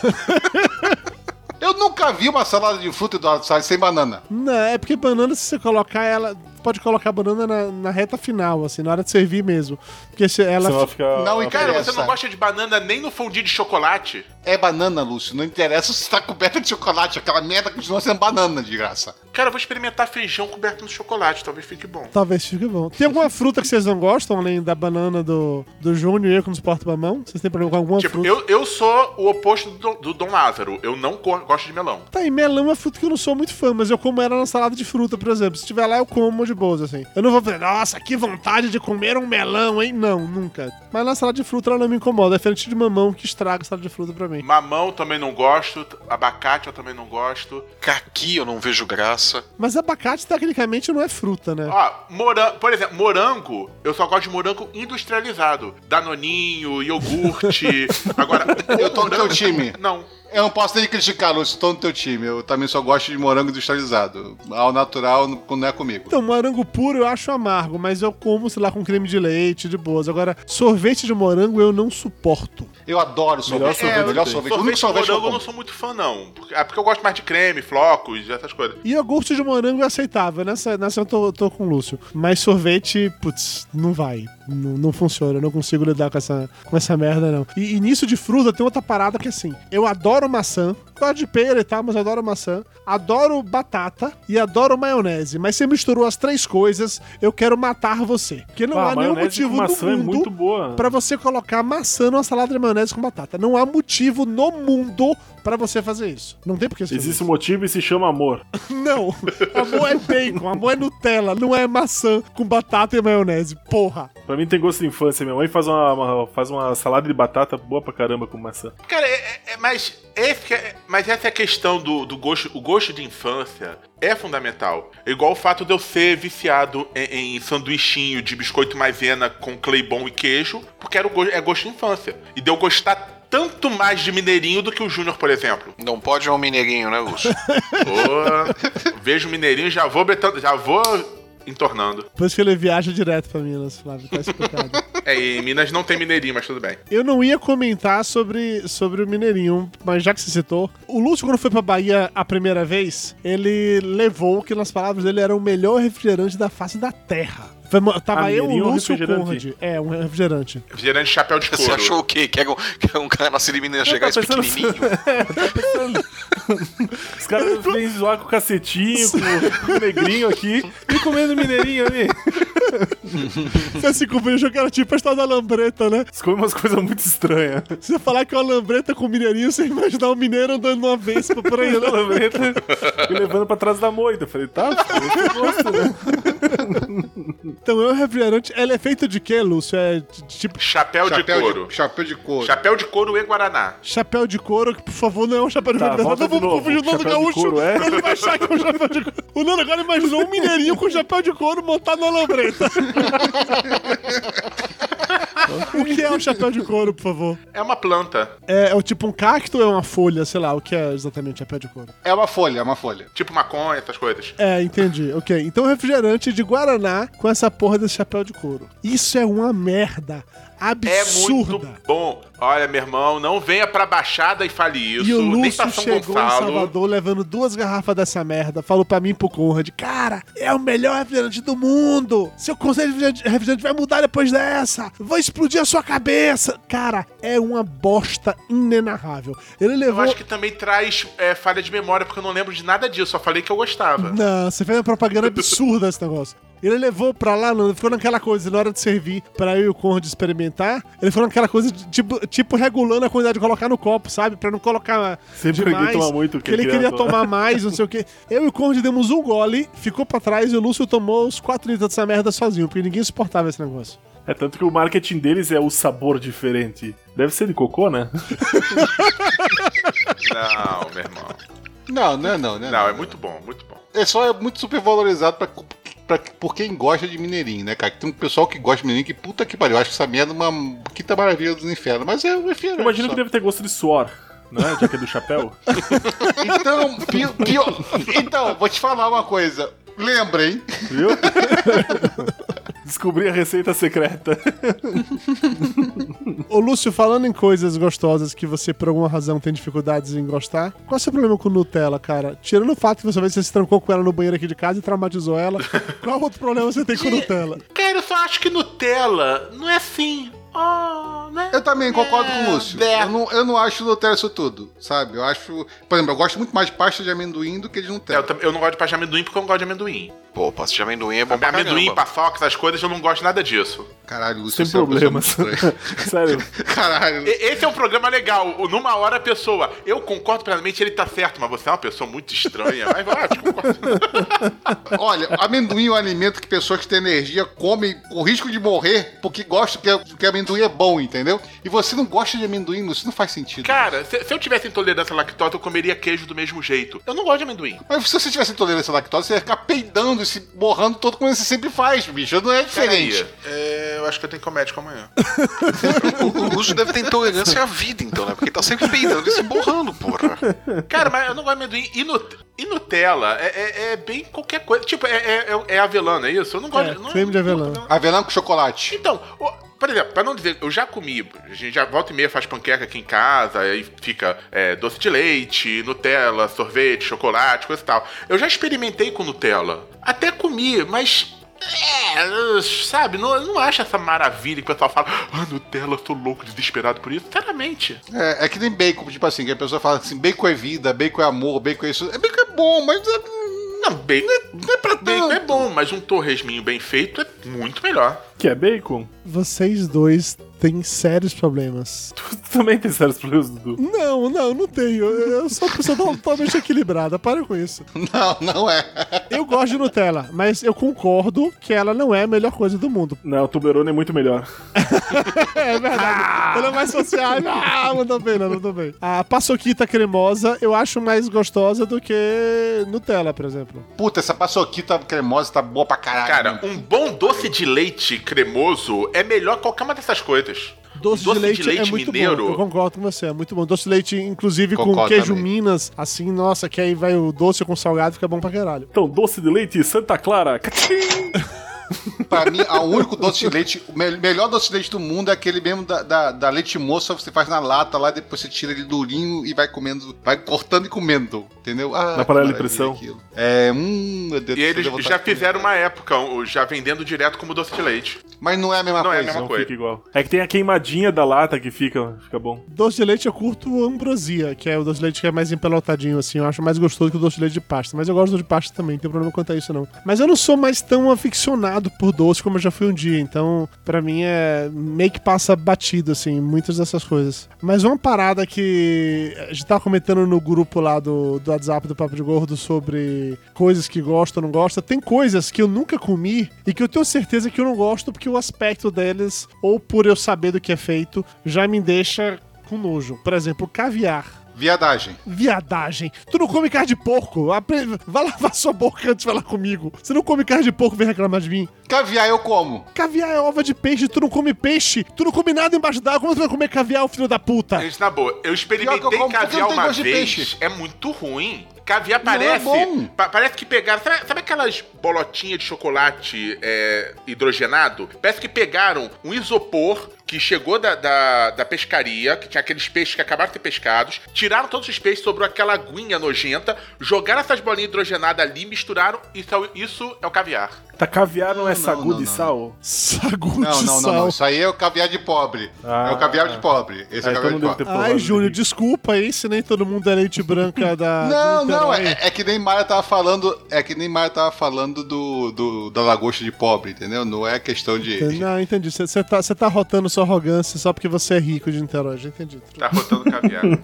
A: eu nunca vi uma salada de fruta Eduardo Salles sem banana.
L: Não, é porque banana, se você colocar ela. Pode colocar a banana na, na reta final, assim, na hora de servir mesmo. Porque se ela.
A: Não
E: Cara,
A: interessa.
E: você não gosta de banana nem no fondue de chocolate?
A: É banana, Lúcio. Não interessa se tá coberta de chocolate. Aquela merda continua sendo banana, de graça.
E: Cara, eu vou experimentar feijão coberto no chocolate, talvez fique bom.
L: Talvez fique bom. Tem alguma fruta que vocês não gostam, além da banana do, do Júnior e eu que nos porta mamão? Vocês têm problema com alguma
E: Tipo,
L: fruta?
E: eu, eu sou o oposto do, do Dom Lázaro. Eu não co- gosto de melão.
L: Tá, e melão é uma fruta que eu não sou muito fã, mas eu como ela na salada de fruta, por exemplo. Se tiver lá, eu como de boas, assim. Eu não vou fazer, nossa, que vontade de comer um melão, hein? Não, nunca. Mas na salada de fruta ela não me incomoda. É diferente de mamão que estraga a salada de fruta pra mim.
E: Mamão também não gosto, abacate eu também não gosto. Caqui eu não vejo graça.
L: Mas abacate, tecnicamente, não é fruta, né?
E: Ó, morango, por exemplo, morango, eu só gosto de morango industrializado. Danoninho, iogurte. Agora,
A: Eu tô no teu time.
E: Não.
A: Eu não posso nem criticar, Lúcio. Tô no teu time. Eu também só gosto de morango industrializado. Ao natural não não é comigo.
L: Então, morango puro eu acho amargo, mas eu como, sei lá, com creme de leite, de boas. Agora, sorvete de morango eu não suporto.
A: Eu adoro sorvete.
L: Melhor sorvete,
E: É,
L: melhor sorvete.
A: um
L: O único sorvete que eu
E: morango eu não
L: como.
E: sou muito fã, não. Porque- É porque eu gosto mais de creme, flocos, essas coisas.
L: E iogurte de morango é aceitável, nessa, nessa eu tô, tô com o Lúcio. Mas sorvete, putz, não vai. Não, não funciona, eu não consigo lidar com essa, com essa merda, não. E, e nisso de fruta tem outra parada que é assim: eu adoro maçã, gosto de pera e tal, mas eu adoro maçã, adoro batata e adoro maionese. Mas você misturou as três coisas, eu quero matar você. Porque não
D: Ah,
L: há nenhum
D: maionese com
L: motivo do
D: maçã é
L: mundo
D: muito boa.
L: pra você colocar maçã numa salada de maionese com batata. Não há motivo no mundo pra você fazer isso. Não tem por que você fazer
D: Existe um motivo e se chama amor.
L: não, amor é bacon, amor é Nutella, não é maçã com batata e maionese, porra.
D: Pra mim tem gosto de infância. Minha mãe faz uma, uma- faz uma salada de batata boa pra caramba com maçã.
E: Cara, é- é- é- mas, esse que é- mas essa é a questão do, do gosto. O gosto de infância é fundamental. É Igual o fato de eu ser viciado em, em sanduichinho de biscoito maisena com cleibon e queijo, porque era o gosto, é gosto de infância. E de eu gostar tanto mais de mineirinho do que o Júnior, por exemplo.
C: Não pode um mineirinho, né, Lúcio?
E: Ô, vejo mineirinho, já vou betando, já vou entornando.
L: Por isso que ele viaja direto pra Minas, Flávio, tá explicado.
E: É, e em Minas não tem mineirinho, mas tudo bem.
L: Eu não ia comentar sobre, sobre o Mineirinho, mas já que você citou, o Lúcio, quando foi pra Bahia a primeira vez, ele levou o que, nas palavras dele, era o melhor refrigerante da face da terra. Foi, mo- tava
E: Ah,
L: eu,
E: Mineirinho
L: o
E: é um
L: Lúcio e o
E: refrigerante?
L: Conrad. É, um refrigerante.
E: Gerando chapéu de couro.
C: Você achou o quê? Que é um, que é um cara nascido em Minas chegar
D: tá
C: esse pequenininho?
D: assim. Os caras vêm zoar com o cacetinho, com o negrinho aqui. E comendo mineirinho ali.
L: Você se confundiu que era tipo a história da lambreta, né?
D: Você come umas coisas muito estranhas.
L: Você falar que é uma lambreta com mineirinho, você imaginar um mineiro andando numa vespa por aí. né?
D: Pegando a lambreta e levando pra trás da moita. Eu falei, tá, eu gosto, né?
L: Então, é um refrigerante. Ele é feito de quê, Lúcio? É de- de tipo...
E: Chapéu, de couro.
A: chapéu de couro.
E: Chapéu de couro e Guaraná.
L: Chapéu de couro, que por favor não é um chapéu de
E: Tá,
L: couro.
E: volta
L: Não
E: de
L: vamos
E: novo.
L: confundir o Nando
E: Chapéu de
L: Gaúcho.
E: couro, é?
L: Ele vai achar que é um chapéu de couro. O Nando agora imaginou um mineirinho com chapéu de couro montado na lambreta. o que é um chapéu de couro, por favor?
E: É uma planta.
L: É, é tipo um cacto ou é uma folha? Sei lá, o que é exatamente chapéu de couro?
A: É uma folha, é uma folha.
E: Tipo maconha, essas coisas.
L: É, entendi. Ok. Então refrigerante de Guaraná com essa porra desse chapéu de couro. Isso é uma merda.
E: É
L: Absurda.
E: muito bom. Olha, meu irmão, não venha pra Baixada e fale isso.
L: E o
E: nem
L: Lúcio
E: pra São
L: chegou em
E: Gonçalo.
L: Salvador levando duas garrafas dessa merda. Falou pra mim e pro Conrad: Cara, é o melhor refrigerante do mundo. Seu conselho de refrigerante- refrigerante vai mudar depois dessa. Vou explodir a sua cabeça. Cara, é uma bosta inenarrável. Ele
E: Eu
L: levou.
E: acho que também traz é, falha de memória, porque eu não lembro de nada disso. Só falei que eu gostava.
L: Não, você fez uma propaganda absurda esse negócio. Ele levou pra lá, não, ficou naquela coisa, na hora de servir pra eu e o Conrad experimentar, ele ficou naquela coisa, de, tipo, tipo, regulando a quantidade de colocar no copo, sabe? Pra não colocar
D: Sempre
L: demais,
D: alguém toma muito o que
L: que ele
D: queria
L: queria
D: tomar.
L: tomar mais, não sei o quê. Eu e o Conrad demos um gole, ficou pra trás e o Lúcio tomou os 4 litros dessa merda sozinho, porque ninguém suportava esse negócio.
D: É tanto que o marketing deles é o sabor diferente. Deve ser de cocô, né?
E: Não, meu irmão.
A: Não, não é não, né?
E: Não, é muito bom, muito bom.
A: É só é muito super valorizado pra, pra, por quem gosta de mineirinho, né, cara? Tem um pessoal que gosta de mineirinho que puta que pariu. Eu acho que essa merda é uma quinta maravilha dos infernos. Mas é um refrigerante.
D: Imagino
A: só.
D: que deve ter gosto de suor, né? Já que é do chapéu.
A: Então, pi- pior. Então, vou te falar uma coisa. Lembra, hein?
D: Viu? Descobri a receita secreta.
L: Ô Lúcio, falando em coisas gostosas que você, por alguma razão, tem dificuldades em gostar, qual é o seu problema com Nutella, cara? Tirando o fato que você, você se trancou com ela no banheiro aqui de casa e traumatizou ela, qual outro problema você tem com Nutella?
E: Cara, eu só acho que Nutella não é assim. Oh, né?
A: Eu também concordo
C: É,
A: com o Lúcio. Eu não, eu não acho Nutella isso tudo, sabe? Eu acho. Por exemplo, eu gosto muito mais de pasta de amendoim do que de Nutella.
E: É, Eu, tam- eu não gosto de pasta de amendoim porque eu não gosto de amendoim.
C: É, Pô, pasta de amendoim é bom pra
E: amendoim,
C: caramba.
E: paçoca, essas coisas, eu não gosto nada disso.
A: Caralho, Lúcio,
D: Sem
A: você é uma pessoa
D: problemas.
A: muito estranha.
D: Sério.
A: Caralho.
E: E- Esse é um programa legal. O Numa hora a pessoa. Eu concordo plenamente, ele tá certo, mas você é uma pessoa muito estranha. Mas vai, tipo,
A: Olha, amendoim é um alimento que pessoas que têm energia comem com risco de morrer porque gostam que, que amendoim é bom, entendeu? E você não gosta de amendoim, Lúcio, não faz sentido.
E: cara, se, se eu tivesse intolerância à lactose, eu comeria queijo do mesmo jeito. Eu não gosto de amendoim.
A: Mas se você tivesse intolerância à lactose, você ia ficar peidando e se borrando todo como você sempre faz, bicho. Não é diferente.
E: Peraí, é, eu acho que eu tenho que ir ao médico amanhã.
C: O Lúcio deve ter intolerância à vida, então, né? Porque ele tá sempre peidando e se borrando, porra.
E: Cara, mas eu não gosto de amendoim. E, Nut- e Nutella é, é- é bem qualquer coisa. Tipo, é, é, é- é avelã, não é isso? Eu não gosto. de. não-
L: Creme de avelã.
A: Avelã com chocolate.
E: Então, o- por exemplo, pra não dizer, eu já comi, a gente já volta e meia faz panqueca aqui em casa, aí fica é, doce de leite, Nutella, sorvete, chocolate, coisa e tal. Eu já experimentei com Nutella. Até comi, mas. É, sabe, não, não acho essa maravilha que o pessoal fala, ah, Nutella, eu tô louco, desesperado por isso. Sinceramente.
A: É, é que nem bacon, tipo assim, que a pessoa fala assim, bacon é vida, bacon é amor, bacon é isso. É, Bacon é bom, mas...
E: Não, bacon, não é, pra bacon é bom, mas um torresminho bem feito é muito melhor.
D: Que é bacon?
L: Vocês dois têm sérios problemas.
D: Também tem sérios problemas, Dudu.
L: Não, não, não tenho. Eu eu sou uma pessoa totalmente equilibrada, para com isso.
A: Não, não é.
L: Eu gosto de Nutella, mas eu concordo que ela não é a melhor coisa do mundo.
D: Não, o Tuberone é muito melhor.
L: É verdade. Ela é mais social. Ah, mandou bem, não, mandou bem. A paçoquita cremosa eu acho mais gostosa do que Nutella, por exemplo.
A: Puta, essa paçoquita cremosa tá boa pra caralho.
E: Cara, um bom doce de leite cremoso é melhor que qualquer uma dessas coisas. Um
L: Doce,
E: Doce
L: de leite,
E: de leite
L: é muito
E: mineiro.
L: bom. Eu concordo com você, é muito bom. Doce de leite, inclusive com
D: Concordo
L: queijo
D: também.
L: Minas, assim, nossa, que aí vai o doce com salgado, fica bom pra caralho.
D: Então, doce de leite Santa Clara. Cachim!
A: Pra mim, o único doce de leite, o me- melhor doce de leite do mundo é aquele mesmo da, da, da leite moça, você faz na lata lá, depois você tira ele durinho e vai comendo, vai cortando e comendo, entendeu? Ah,
D: Na panela de
A: que maravilha
D: pressão.
A: aquilo. É, hum, meu Deus do
E: E
A: céu,
E: eles
A: deu vontade
E: já
L: é
A: de comer.
E: fizeram uma época, o- já vendendo direto como doce de leite.
A: Mas não é a mesma
L: Tá
E: Não é a
A: coisa.
E: mesma
L: então
D: Não
E: coisa.
D: fica igual. É que tem a queimadinha da lata que fica, fica bom.
L: Doce de leite eu curto o ambrosia, que é o doce de leite que é mais empelotadinho, assim. Eu acho mais gostoso que o doce de leite de pasta. Mas eu gosto do de pasta também, não tem problema quanto a isso, não. Mas eu não sou mais tão aficionado por doce como eu já fui um dia. Então, pra mim, é meio que passa batido, assim, muitas dessas coisas. Mas uma parada que a gente tava comentando no grupo lá do, do WhatsApp do Papo de Gordo sobre coisas que gosta ou não gosta. Tem coisas que eu nunca comi e que eu tenho certeza que eu não gosto porque o aspecto delas, ou por eu saber do que é feito, já me deixa com nojo. Por exemplo, caviar.
A: Viadagem.
L: Viadagem. Tu não come carne de porco? Apre- Vai lavar sua boca antes de falar comigo. Você não come carne de porco, vem reclamar de mim.
A: Caviar eu como.
L: Caviar é ova de peixe, tu não come peixe, tu não come nada embaixo d'água, como tu vai comer caviar, filho da puta?
E: Gente, na boa, eu
A: Pior que
E: experimentei
A: eu como, porque
E: caviar
A: não tem
E: uma
A: gosto de
E: vez.
A: peixe.
E: É muito ruim. Caviar
A: Não é
E: parece.
A: bom.
E: pa- parece que pegaram. Sabe, sabe aquelas bolotinhas de chocolate é, hidrogenado? Parece que pegaram um isopor que chegou da, da, da pescaria, que tinha aqueles peixes que acabaram de ser pescados, tiraram todos os peixes, sobrou aquela aguinha nojenta, jogaram essas bolinhas hidrogenadas ali, misturaram. Isso é, o- isso é o caviar.
D: Tá caviar não, é sagu
A: não,
D: de
A: não.
D: sal?
A: Não,
L: Sagu de
A: não, não,
L: sal.
A: não. Isso aí é o caviar de pobre. é o caviar de pobre. Esse é
D: Ah,
A: o caviar
D: então
A: de
D: não
A: pobre.
L: Ai, Júnior, desculpa aí se nem todo mundo é leite branca da.
D: Então,
A: Não,
L: de
A: não,
L: Niterói.
A: é, é que nem Maia tava falando. É que nem Maia tava falando do, do- da lagosta de pobre, entendeu? Não é questão de.
L: Não, entendi. Você tá, cê tá rotando sua arrogância só porque você é rico de Niterói, já entendi.
E: Tá rotando caviar.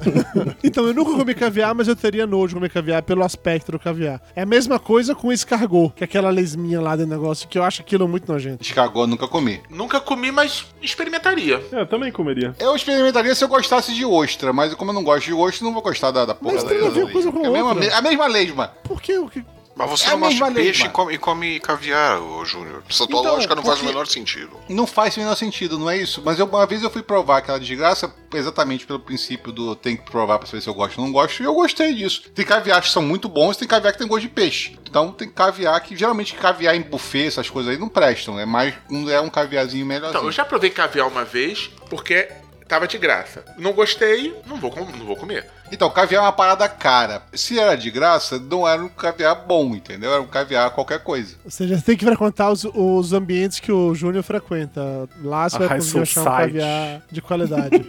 L: Então, eu nunca comi caviar, mas eu teria nojo de comer caviar pelo aspecto do caviar. É a mesma coisa com escargot, que é aquela lesminha lá do negócio, que eu acho aquilo muito nojento.
A: Escargot, nunca comi.
E: Nunca comi, mas experimentaria.
D: É, Eu também comeria.
A: Eu experimentaria se eu gostasse de ostra, mas como eu não gosto de ostra, eu não vou gostar da, da porra
L: Mas
A: da-
L: tem a
A: da
L: ver
A: lesma.
L: coisa com
A: É a mesma,
L: outra.
A: le- a mesma lesma.
L: Por que? o que-
C: Mas você
A: É
C: não
A: a mesma
C: gosta de peixe
A: lesma.
C: e come, e come caviar, ô Júnior. Essa tua
A: Então,
C: lógica não faz o
A: porque-
C: menor sentido.
A: Não faz o menor sentido, não é isso. Mas eu- uma vez eu fui provar aquela desgraça exatamente pelo princípio do tem que provar pra saber se eu gosto ou não gosto, e eu gostei disso. Tem caviar que são muito bons, tem caviar que tem gosto de peixe. Então tem caviar que, geralmente, caviar em buffet, essas coisas aí, não prestam. É mais um, é um caviarzinho melhorzinho.
E: Então, eu já provei caviar uma vez porque tava de graça. Não gostei, não vou, com- não vou comer.
A: Então, caviar é uma parada cara. Se era de graça, não era um caviar bom, entendeu? Era um caviar qualquer coisa.
L: Ou seja, você tem que frequentar os, os ambientes que o Júnior frequenta. Lá você
A: A
L: vai
A: high
L: conseguir achar um
A: society.
L: caviar de qualidade.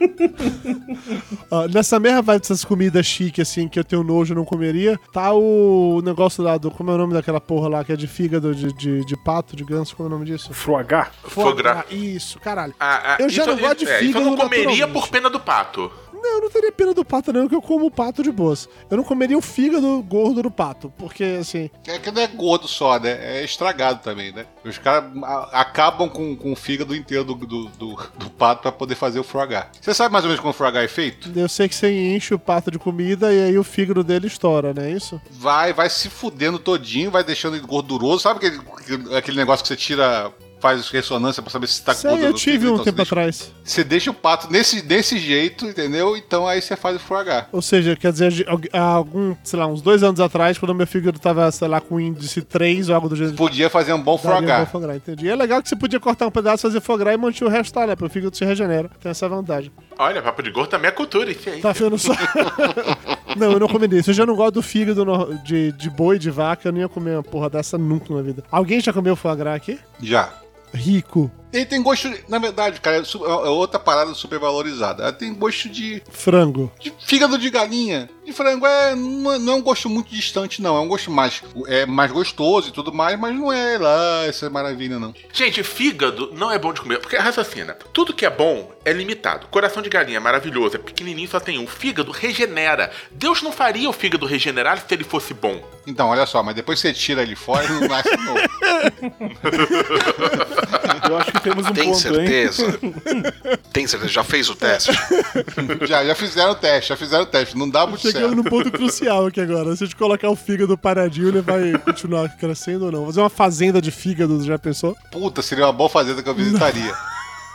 L: Ó, nessa mesma vibe dessas comidas chique, assim, que eu tenho nojo e não comeria, tá o negócio lá do. Como é o nome daquela porra lá que é de fígado, de, de, de pato, de ganso? Como é o nome disso?
D: Foie gras.
L: Foie gras. Isso, caralho.
E: Ah, ah,
L: eu já
E: isso-
L: não gosto de
E: isso- é,
L: fígado.
E: Isso eu não comeria
L: naturalmente.
E: por pena do pato.
L: Não, eu não teria pena do pato, não, que eu como o pato de boas. Eu não comeria o fígado gordo do pato, porque assim.
A: É que não é gordo só, né? É estragado também, né? Os caras a- acabam com, com o fígado inteiro do, do, do, do pato pra poder fazer o frogar. Você sabe mais ou menos como o frogar é feito?
L: Eu sei que você enche o pato de comida e aí o fígado dele estoura, não é isso?
A: Vai, vai se fudendo todinho, vai deixando ele gorduroso. Sabe aquele, aquele negócio que você tira, faz ressonância pra saber se tá
L: Sei, eu
A: gorduroso?
L: tive um
A: Então, você
L: tempo
A: deixa-
L: atrás.
A: Você deixa o pato nesse, desse jeito, entendeu? Então aí você faz o frogar.
L: Ou seja, quer dizer, de- algu- há algum, sei lá, uns dois anos atrás, quando meu fígado tava, sei lá, com índice 3 ou algo do gênero.
A: Podia fazer um bom
L: Daria um
A: frogar.
L: bom foie-gras, entendi. E é legal que você podia cortar um pedaço, fazer fograr e manter o resto lá, né? Pro fígado se regenera. Tem essa vantagem.
E: Olha, papo de gordo também é cultura, isso aí.
L: Tá vendo só? não, eu não comeria isso. Eu já não gosto do fígado no- de, de boi, de vaca. Eu não ia comer uma porra dessa nunca na vida. Alguém já comeu foie gras aqui?
A: Já.
L: Rico.
A: Ele tem gosto, de- na verdade, cara, é su- é outra parada super valorizada. Ela tem gosto de
L: Frango.
A: de fígado de galinha. De frango é, não é- não é um gosto muito distante, não. É um gosto mais, é mais gostoso e tudo mais, mas não é lá essa maravilha, não.
E: Gente, fígado não é bom de comer. Porque raciocina, tudo que é bom é limitado. Coração de galinha é maravilhoso, é pequenininho, só tem um. Fígado regenera. Deus não faria o fígado regenerar se ele fosse bom.
A: Então, olha só, mas depois você tira ele fora e não nasce de novo.
D: Eu acho que temos um
C: Tem
D: ponto,
C: certeza?
D: hein?
C: Tem certeza? Já fez o teste?
A: já, já fizeram o teste, já fizeram o teste. Não dá muito
L: Chegamos
A: certo.
L: num ponto crucial aqui agora. Se a gente colocar o fígado paradinho, ele vai continuar crescendo ou não? Fazer uma fazenda de fígados, já pensou?
A: Puta, seria uma boa fazenda que eu visitaria.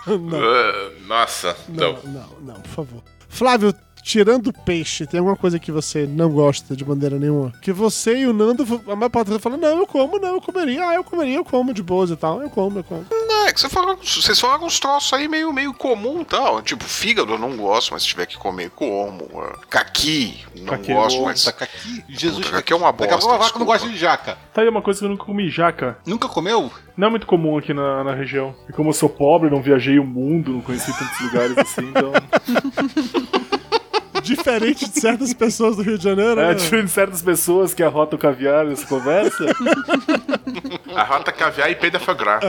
L: Não.
E: Ah, nossa.
L: Não, não, não, por favor. Flávio, tirando peixe, tem alguma coisa que você não gosta de maneira nenhuma? Que você e o Nando, a maior parte deles falando, não, eu como, não, eu comeria, ah, eu comeria, eu como de boas e tal, eu como, eu como.
C: Não, é que você fala, vocês falam uns troços aí meio, meio comum e tal. Tipo, fígado eu não gosto, mas se tiver que comer, como. Ah, Caqui, não
D: Caqui,
C: gosto,
D: nossa,
C: mas.
A: Caqui, Jesus,
C: Puta, caqui é uma
A: Daqui
C: bosta.
A: a pouco a vaca não
C: desculpa.
A: gosta de jaca.
D: Tá aí uma coisa que eu nunca comi, jaca.
A: Nunca comeu?
D: Não é muito comum aqui na, na região. E como eu sou pobre, não viajei o mundo, não conheci tantos lugares assim, então.
L: Diferente de certas pessoas do Rio de Janeiro.
D: É,
L: né?
D: diferente de certas pessoas que arrotam caviar nessa conversa.
E: Arrota caviar e é peida fagrar.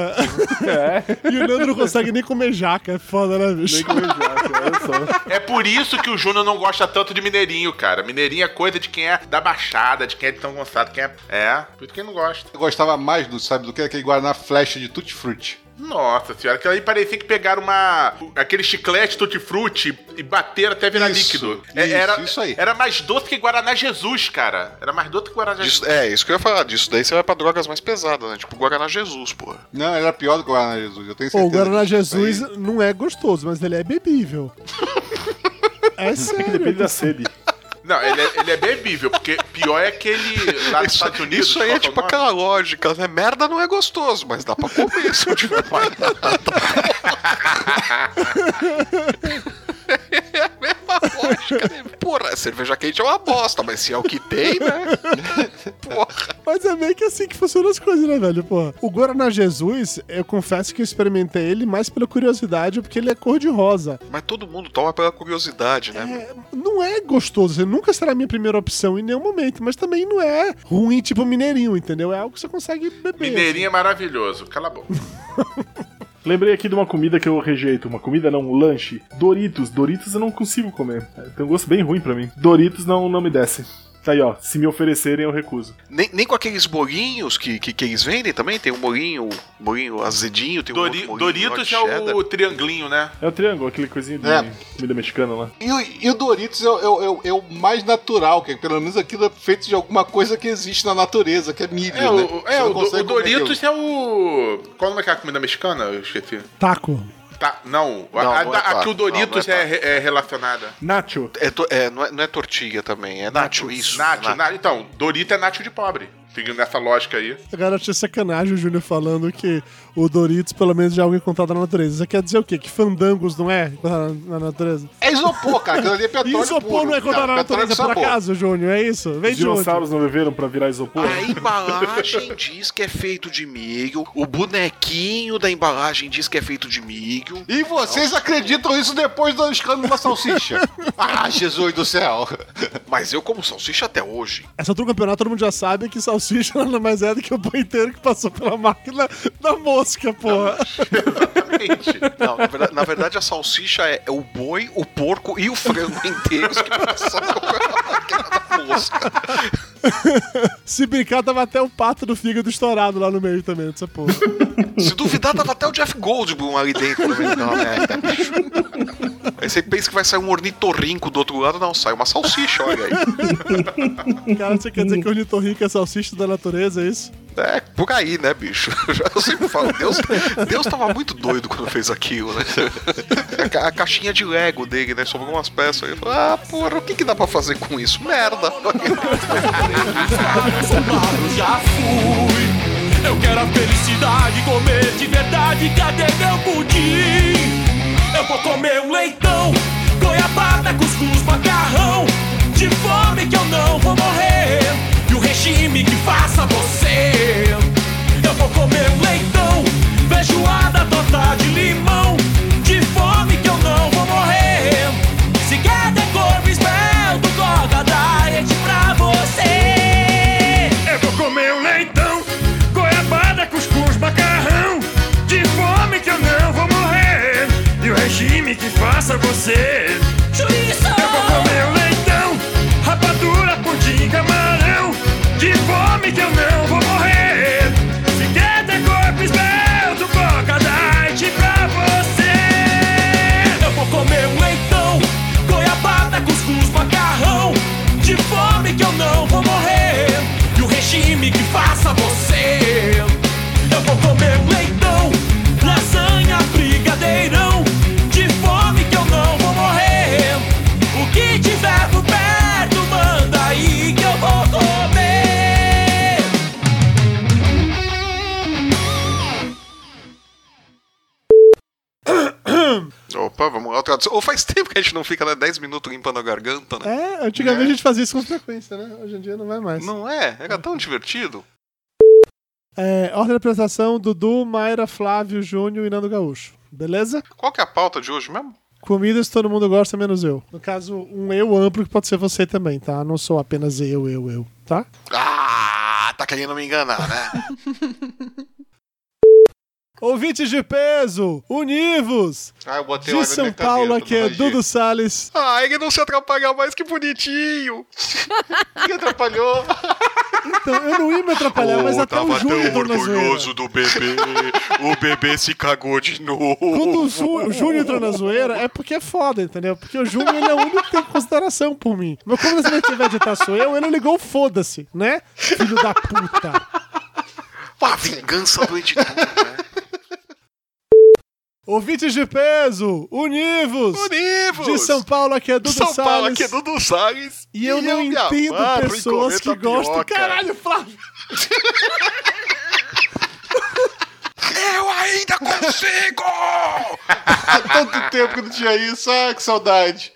L: E o Nando não consegue nem comer jaca, é foda, né, bicho? Nem
D: comer jaca,
E: É por isso que o Júnior não gosta tanto de mineirinho, cara. Mineirinho é coisa de quem é da Baixada, de quem é de São Gonçalo, quem é. É, por isso que ele não gosta.
A: Eu gostava mais do, sabe do que? Aquele Guaraná Flecha de Tutti Frutti.
E: Nossa senhora, aquilo ali parecia que pegaram uma. aquele chiclete tutti-frutti e bateram até virar líquido. É,
A: isso,
E: era,
A: isso aí.
E: Era mais doce que Guaraná Jesus, cara. Era mais doce que Guaraná Jesus.
C: Disso- é, isso que eu ia falar. Disso daí você vai pra drogas mais pesadas, né? Tipo Guaraná Jesus, porra.
A: Não, era pior do que o Guaraná Jesus, eu tenho
L: Pô,
A: certeza.
L: o Guaraná
A: disso.
L: Jesus não é gostoso, mas ele é bebível. É sério.
D: depende da sede.
E: Não, ele é, ele é bebível, porque pior é aquele lá nos
C: Isso,
E: Estados Unidos.
C: isso aí
E: qual
C: é
E: que o
C: tipo
E: nome?
C: aquela lógica, né? Merda não é gostoso, mas dá pra comer se eu tiver parado. É a mesma lógica, né? Porra, cerveja quente é uma bosta, mas se é o que tem, né?
L: Mas é meio que assim que funcionam as coisas, né, velho? Porra. O Guaraná Jesus, eu confesso que eu experimentei ele mais pela curiosidade, porque ele é cor de rosa.
C: Mas todo mundo toma pela curiosidade, né?
L: Não é gostoso, ele nunca será a minha primeira opção em nenhum momento, mas também não é ruim, tipo mineirinho, entendeu? É algo que você consegue beber.
E: Mineirinho é maravilhoso, cala a boca.
D: Lembrei aqui de uma comida que eu rejeito. Uma comida não, um lanche. Doritos. Doritos eu não consigo comer. É, Tem um gosto bem ruim pra mim. Doritos não, não me desce. Tá aí, ó. Se me oferecerem, eu recuso.
C: Nem, nem com aqueles bolinhos que, que, que eles vendem também, tem um bolinho, bolinho azedinho, tem um
E: Dori-
C: outro bolinho
E: Doritos é
C: Lord Cheddar.
E: o trianglinho, né?
D: É o triângulo, aquele coisinho de
A: É.
D: comida mexicana lá.
A: E, o- e o Doritos é, o- é o- é o- é o mais natural, que é, pelo menos aquilo é feito de alguma coisa que existe na natureza, que é milho,
E: É,
A: né?
E: o, é,
A: Você não
E: o, do-
A: consegue
E: o
A: comer aquilo.
E: Doritos é o. Qual é aquela comida mexicana? Eu esqueci.
L: Taco.
E: Tá, não. a-
C: Não,
E: a,
C: não
E: da-
C: é
E: a que
C: taco.
E: o Doritos
C: Não, não é
E: é, re- é relacionada.
D: Nacho.
C: É, to- é, não, é, não é tortilha também, é nacho, isso.
E: Nacho, na- então, Dorito é nacho de pobre. Seguindo essa lógica aí.
L: Agora eu achei sacanagem o Júnior falando que o Doritos, pelo menos, já é algo encontrado na natureza. Isso quer dizer o quê? Que fandangos não é encontrado na natureza?
A: É isopor, cara. Aquilo ali é
L: E
A: petróleo
L: isopor
A: puro,
L: não é encontrado
A: cara,
L: na
A: petróleo
L: natureza,
A: com
L: por
A: sabor.
L: acaso, Júnior? É isso? Vem
D: Os
L: de onde?
D: dinossauros não beberam pra virar isopor?
C: A embalagem diz que é feito de milho, o bonequinho da embalagem diz que é feito de milho.
A: E vocês acreditam isso depois do escândalo da salsicha? ah, Jesus do céu.
C: Mas eu como salsicha até hoje.
L: Essa altura do campeonato todo mundo já sabe que salsicha nada mais é do que o pão inteiro que passou pela máquina da mosca, porra.
C: Não, na verdade, na verdade a salsicha é, é o boi, o porco e o frango inteiros que passaram pela máquina da mosca.
L: Se brincar, tava até o pato do fígado estourado lá no meio também, dessa porra.
C: Se duvidar, tava até o Jeff Goldblum ali dentro também daquela merda, bicho. Aí você pensa que vai sair um ornitorrinco do outro lado, não, sai uma salsicha, olha aí.
L: Cara, você quer dizer que o ornitorrinco é salsicha da natureza, é isso?
C: É, por aí, né, bicho? Eu sempre falo, Deus, Deus tava muito doido quando fez aquilo, né? A, ca- a caixinha de Lego dele, né? Sobrou umas peças. Ele falou, ah, porra, o que que dá pra fazer com isso? Merda!
N: Bolsonaro já fui. Eu quero a felicidade, comer de verdade. Cadê meu pudim? Eu vou comer um leitão, goiabada, cuscuz, macarrão. De fome que eu não vou morrer. E o regime que faça você. Eu vou comer um leitão, feijoada, torta de limão. De fome que eu não vou morrer. Se quer decor, espelho, gorda, diet pra você. Eu vou comer um leitão, goiabada, cuscuz, macarrão. De fome que eu não vou morrer. E o regime que faça você. Juízo! Eu vou comer um leitão, rapadura, pudim, camarão. De fome que eu não vou morrer. Se quer ter corpo esbelto, coca diet pra você. Eu vou comer um leitão, goiabada, cuscuz, macarrão. De fome que eu não vou morrer. E o regime que faça você. Eu vou comer um leitão, lasanha, brigadeirão. De fome que eu não vou morrer. O que
C: Opa, vamos lá, tradução. Ou faz tempo que a gente não fica lá 10 minutos limpando a garganta, né?
L: É, antigamente a gente fazia isso com frequência, né? Hoje em dia não vai mais.
C: Não é? Era tão divertido.
L: É, ordem da apresentação, Dudu, Mayra, Flávio, Júnior e Nando Gaúcho. Beleza?
C: Qual que é a pauta de hoje mesmo?
L: Comidas todo mundo gosta, menos eu. No caso, um eu amplo que pode ser você também, tá? Não sou apenas eu, eu, eu, tá?
C: Ah, tá querendo me enganar, né?
L: Ouvintes de peso, univos!
C: ah, eu botei
L: De São Paulo, aqui é Dudu Salles.
C: Ah, ele não se atrapalhar mais, que bonitinho! que atrapalhou?
L: Então, eu não ia me atrapalhar, mas até o Júnior entrou na zoeira.
C: do bebê, o bebê se cagou de novo.
L: Quando o, Jú- o Júnior entrou na zoeira, é porque é foda, entendeu? Porque o Júnior ele é o único que tem consideração por mim. Mas como nesse momento quem vai editar sou eu, ele ligou o foda-se, né? Filho da puta.
C: A vingança do editor, né?
L: Ouvintes de peso, univos!
C: Univos!
L: De São Paulo, aqui é Dudu
C: São Paulo,
L: Salles.
C: aqui é Dudu Salles.
L: E eu não
C: me
L: entendo
C: amarro em
L: pessoas
C: comer
L: que gostam.
C: tapioca.
L: Caralho, Flávio!
C: Eu ainda consigo!
A: Há tanto tempo que não tinha isso, ah, que saudade.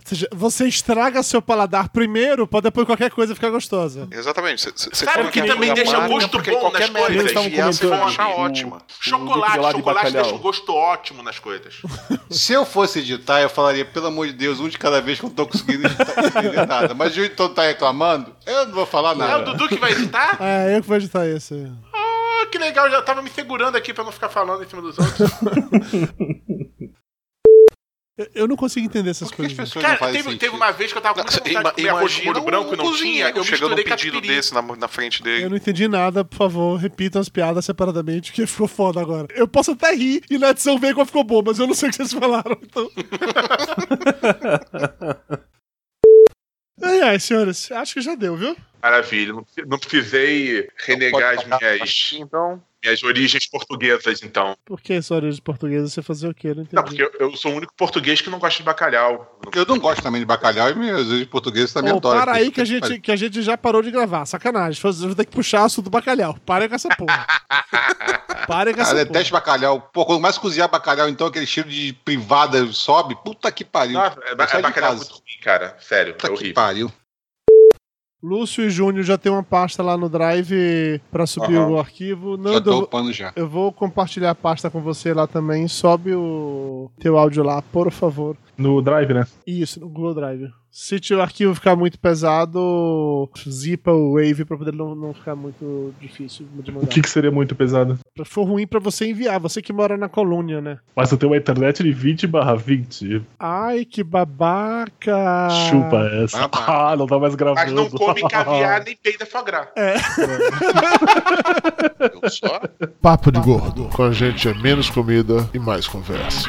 L: Ou seja, você estraga seu paladar primeiro pra depois qualquer coisa ficar gostosa.
C: Exatamente. Você
E: Sabe o que também deixa um gosto bom nas
C: é
E: coisas? Vocês vão
C: tá
E: achar ótima. Chocolate, chocolate deixa um gosto ótimo nas coisas.
A: Se eu fosse editar, eu falaria, pelo amor de Deus, um de cada vez que eu não tô conseguindo editar, entender nada. Mas o editor tá reclamando, eu não vou falar nada.
E: É o Dudu que vai editar?
L: É, eu que vou editar isso.
E: Ah, que legal, já tava me segurando aqui pra não ficar falando em cima dos outros.
L: Eu- Eu não consigo entender essas coisas.
E: Cara, teve, teve uma vez que eu tava com muita vontade de comer arroz de molho branco e não tinha, eu
C: um chegando um
E: misturei
C: pedido
E: catupiry.
C: desse na, na frente
L: Eu
C: dele.
L: não entendi nada, por favor, repitam as piadas separadamente, que ficou foda agora. Eu posso até rir e na edição ver qual ficou boa, mas eu não sei o que vocês falaram, então. ai, ai, É, senhores, acho que já deu, viu?
E: Maravilha, não, pre- não precisei
C: é
E: renegar as minhas, minhas origens portuguesas, então.
L: Por que, senhores portugueses, você fazer o quê? Eu Não entendi.
E: Não, porque eu, eu sou o único português que não gosta de bacalhau.
A: Eu não gosto também de bacalhau e meus de português também
L: Ô,
A: adoram.
L: para aí que a, gente, que a gente já parou de gravar. Sacanagem. Vocês vão ter que puxar assunto do bacalhau. Parem com essa porra. Parem com essa
A: Cara,
L: porra.
A: detesto bacalhau. Pô, quando mais cozinhar bacalhau, então aquele cheiro de privada sobe. Puta que pariu.
E: Nossa, é, ba-
A: Sai
E: é
A: de
E: bacalhau
A: casa.
E: muito ruim, cara. Sério,
A: Puta
E: é
A: que
E: horrível.
A: pariu.
L: Lúcio e Júnior já tem uma pasta lá no Drive pra subir
A: Aham.
L: o arquivo. Nando,
A: Já tô
L: eu vou-
A: upando já.
L: Eu vou compartilhar a pasta com você lá também. Sobe o teu áudio lá, por favor.
D: No Drive, né?
L: Isso, no Google Drive. Se o arquivo ficar muito pesado, zipa o Wave pra poder não, não ficar muito difícil de
D: O
L: mandar.
D: que, que seria muito pesado?
L: For ruim pra você enviar, você que mora na colônia, né?
D: Mas eu tenho uma internet de 20 barra 20.
L: Ai, que babaca!
D: Chupa essa. Ah, não tá mais gravando.
E: Mas não come caviar nem peida fograr.
L: É.
E: Só?
O: Papo de Gordo. Com a gente é menos comida e mais conversa.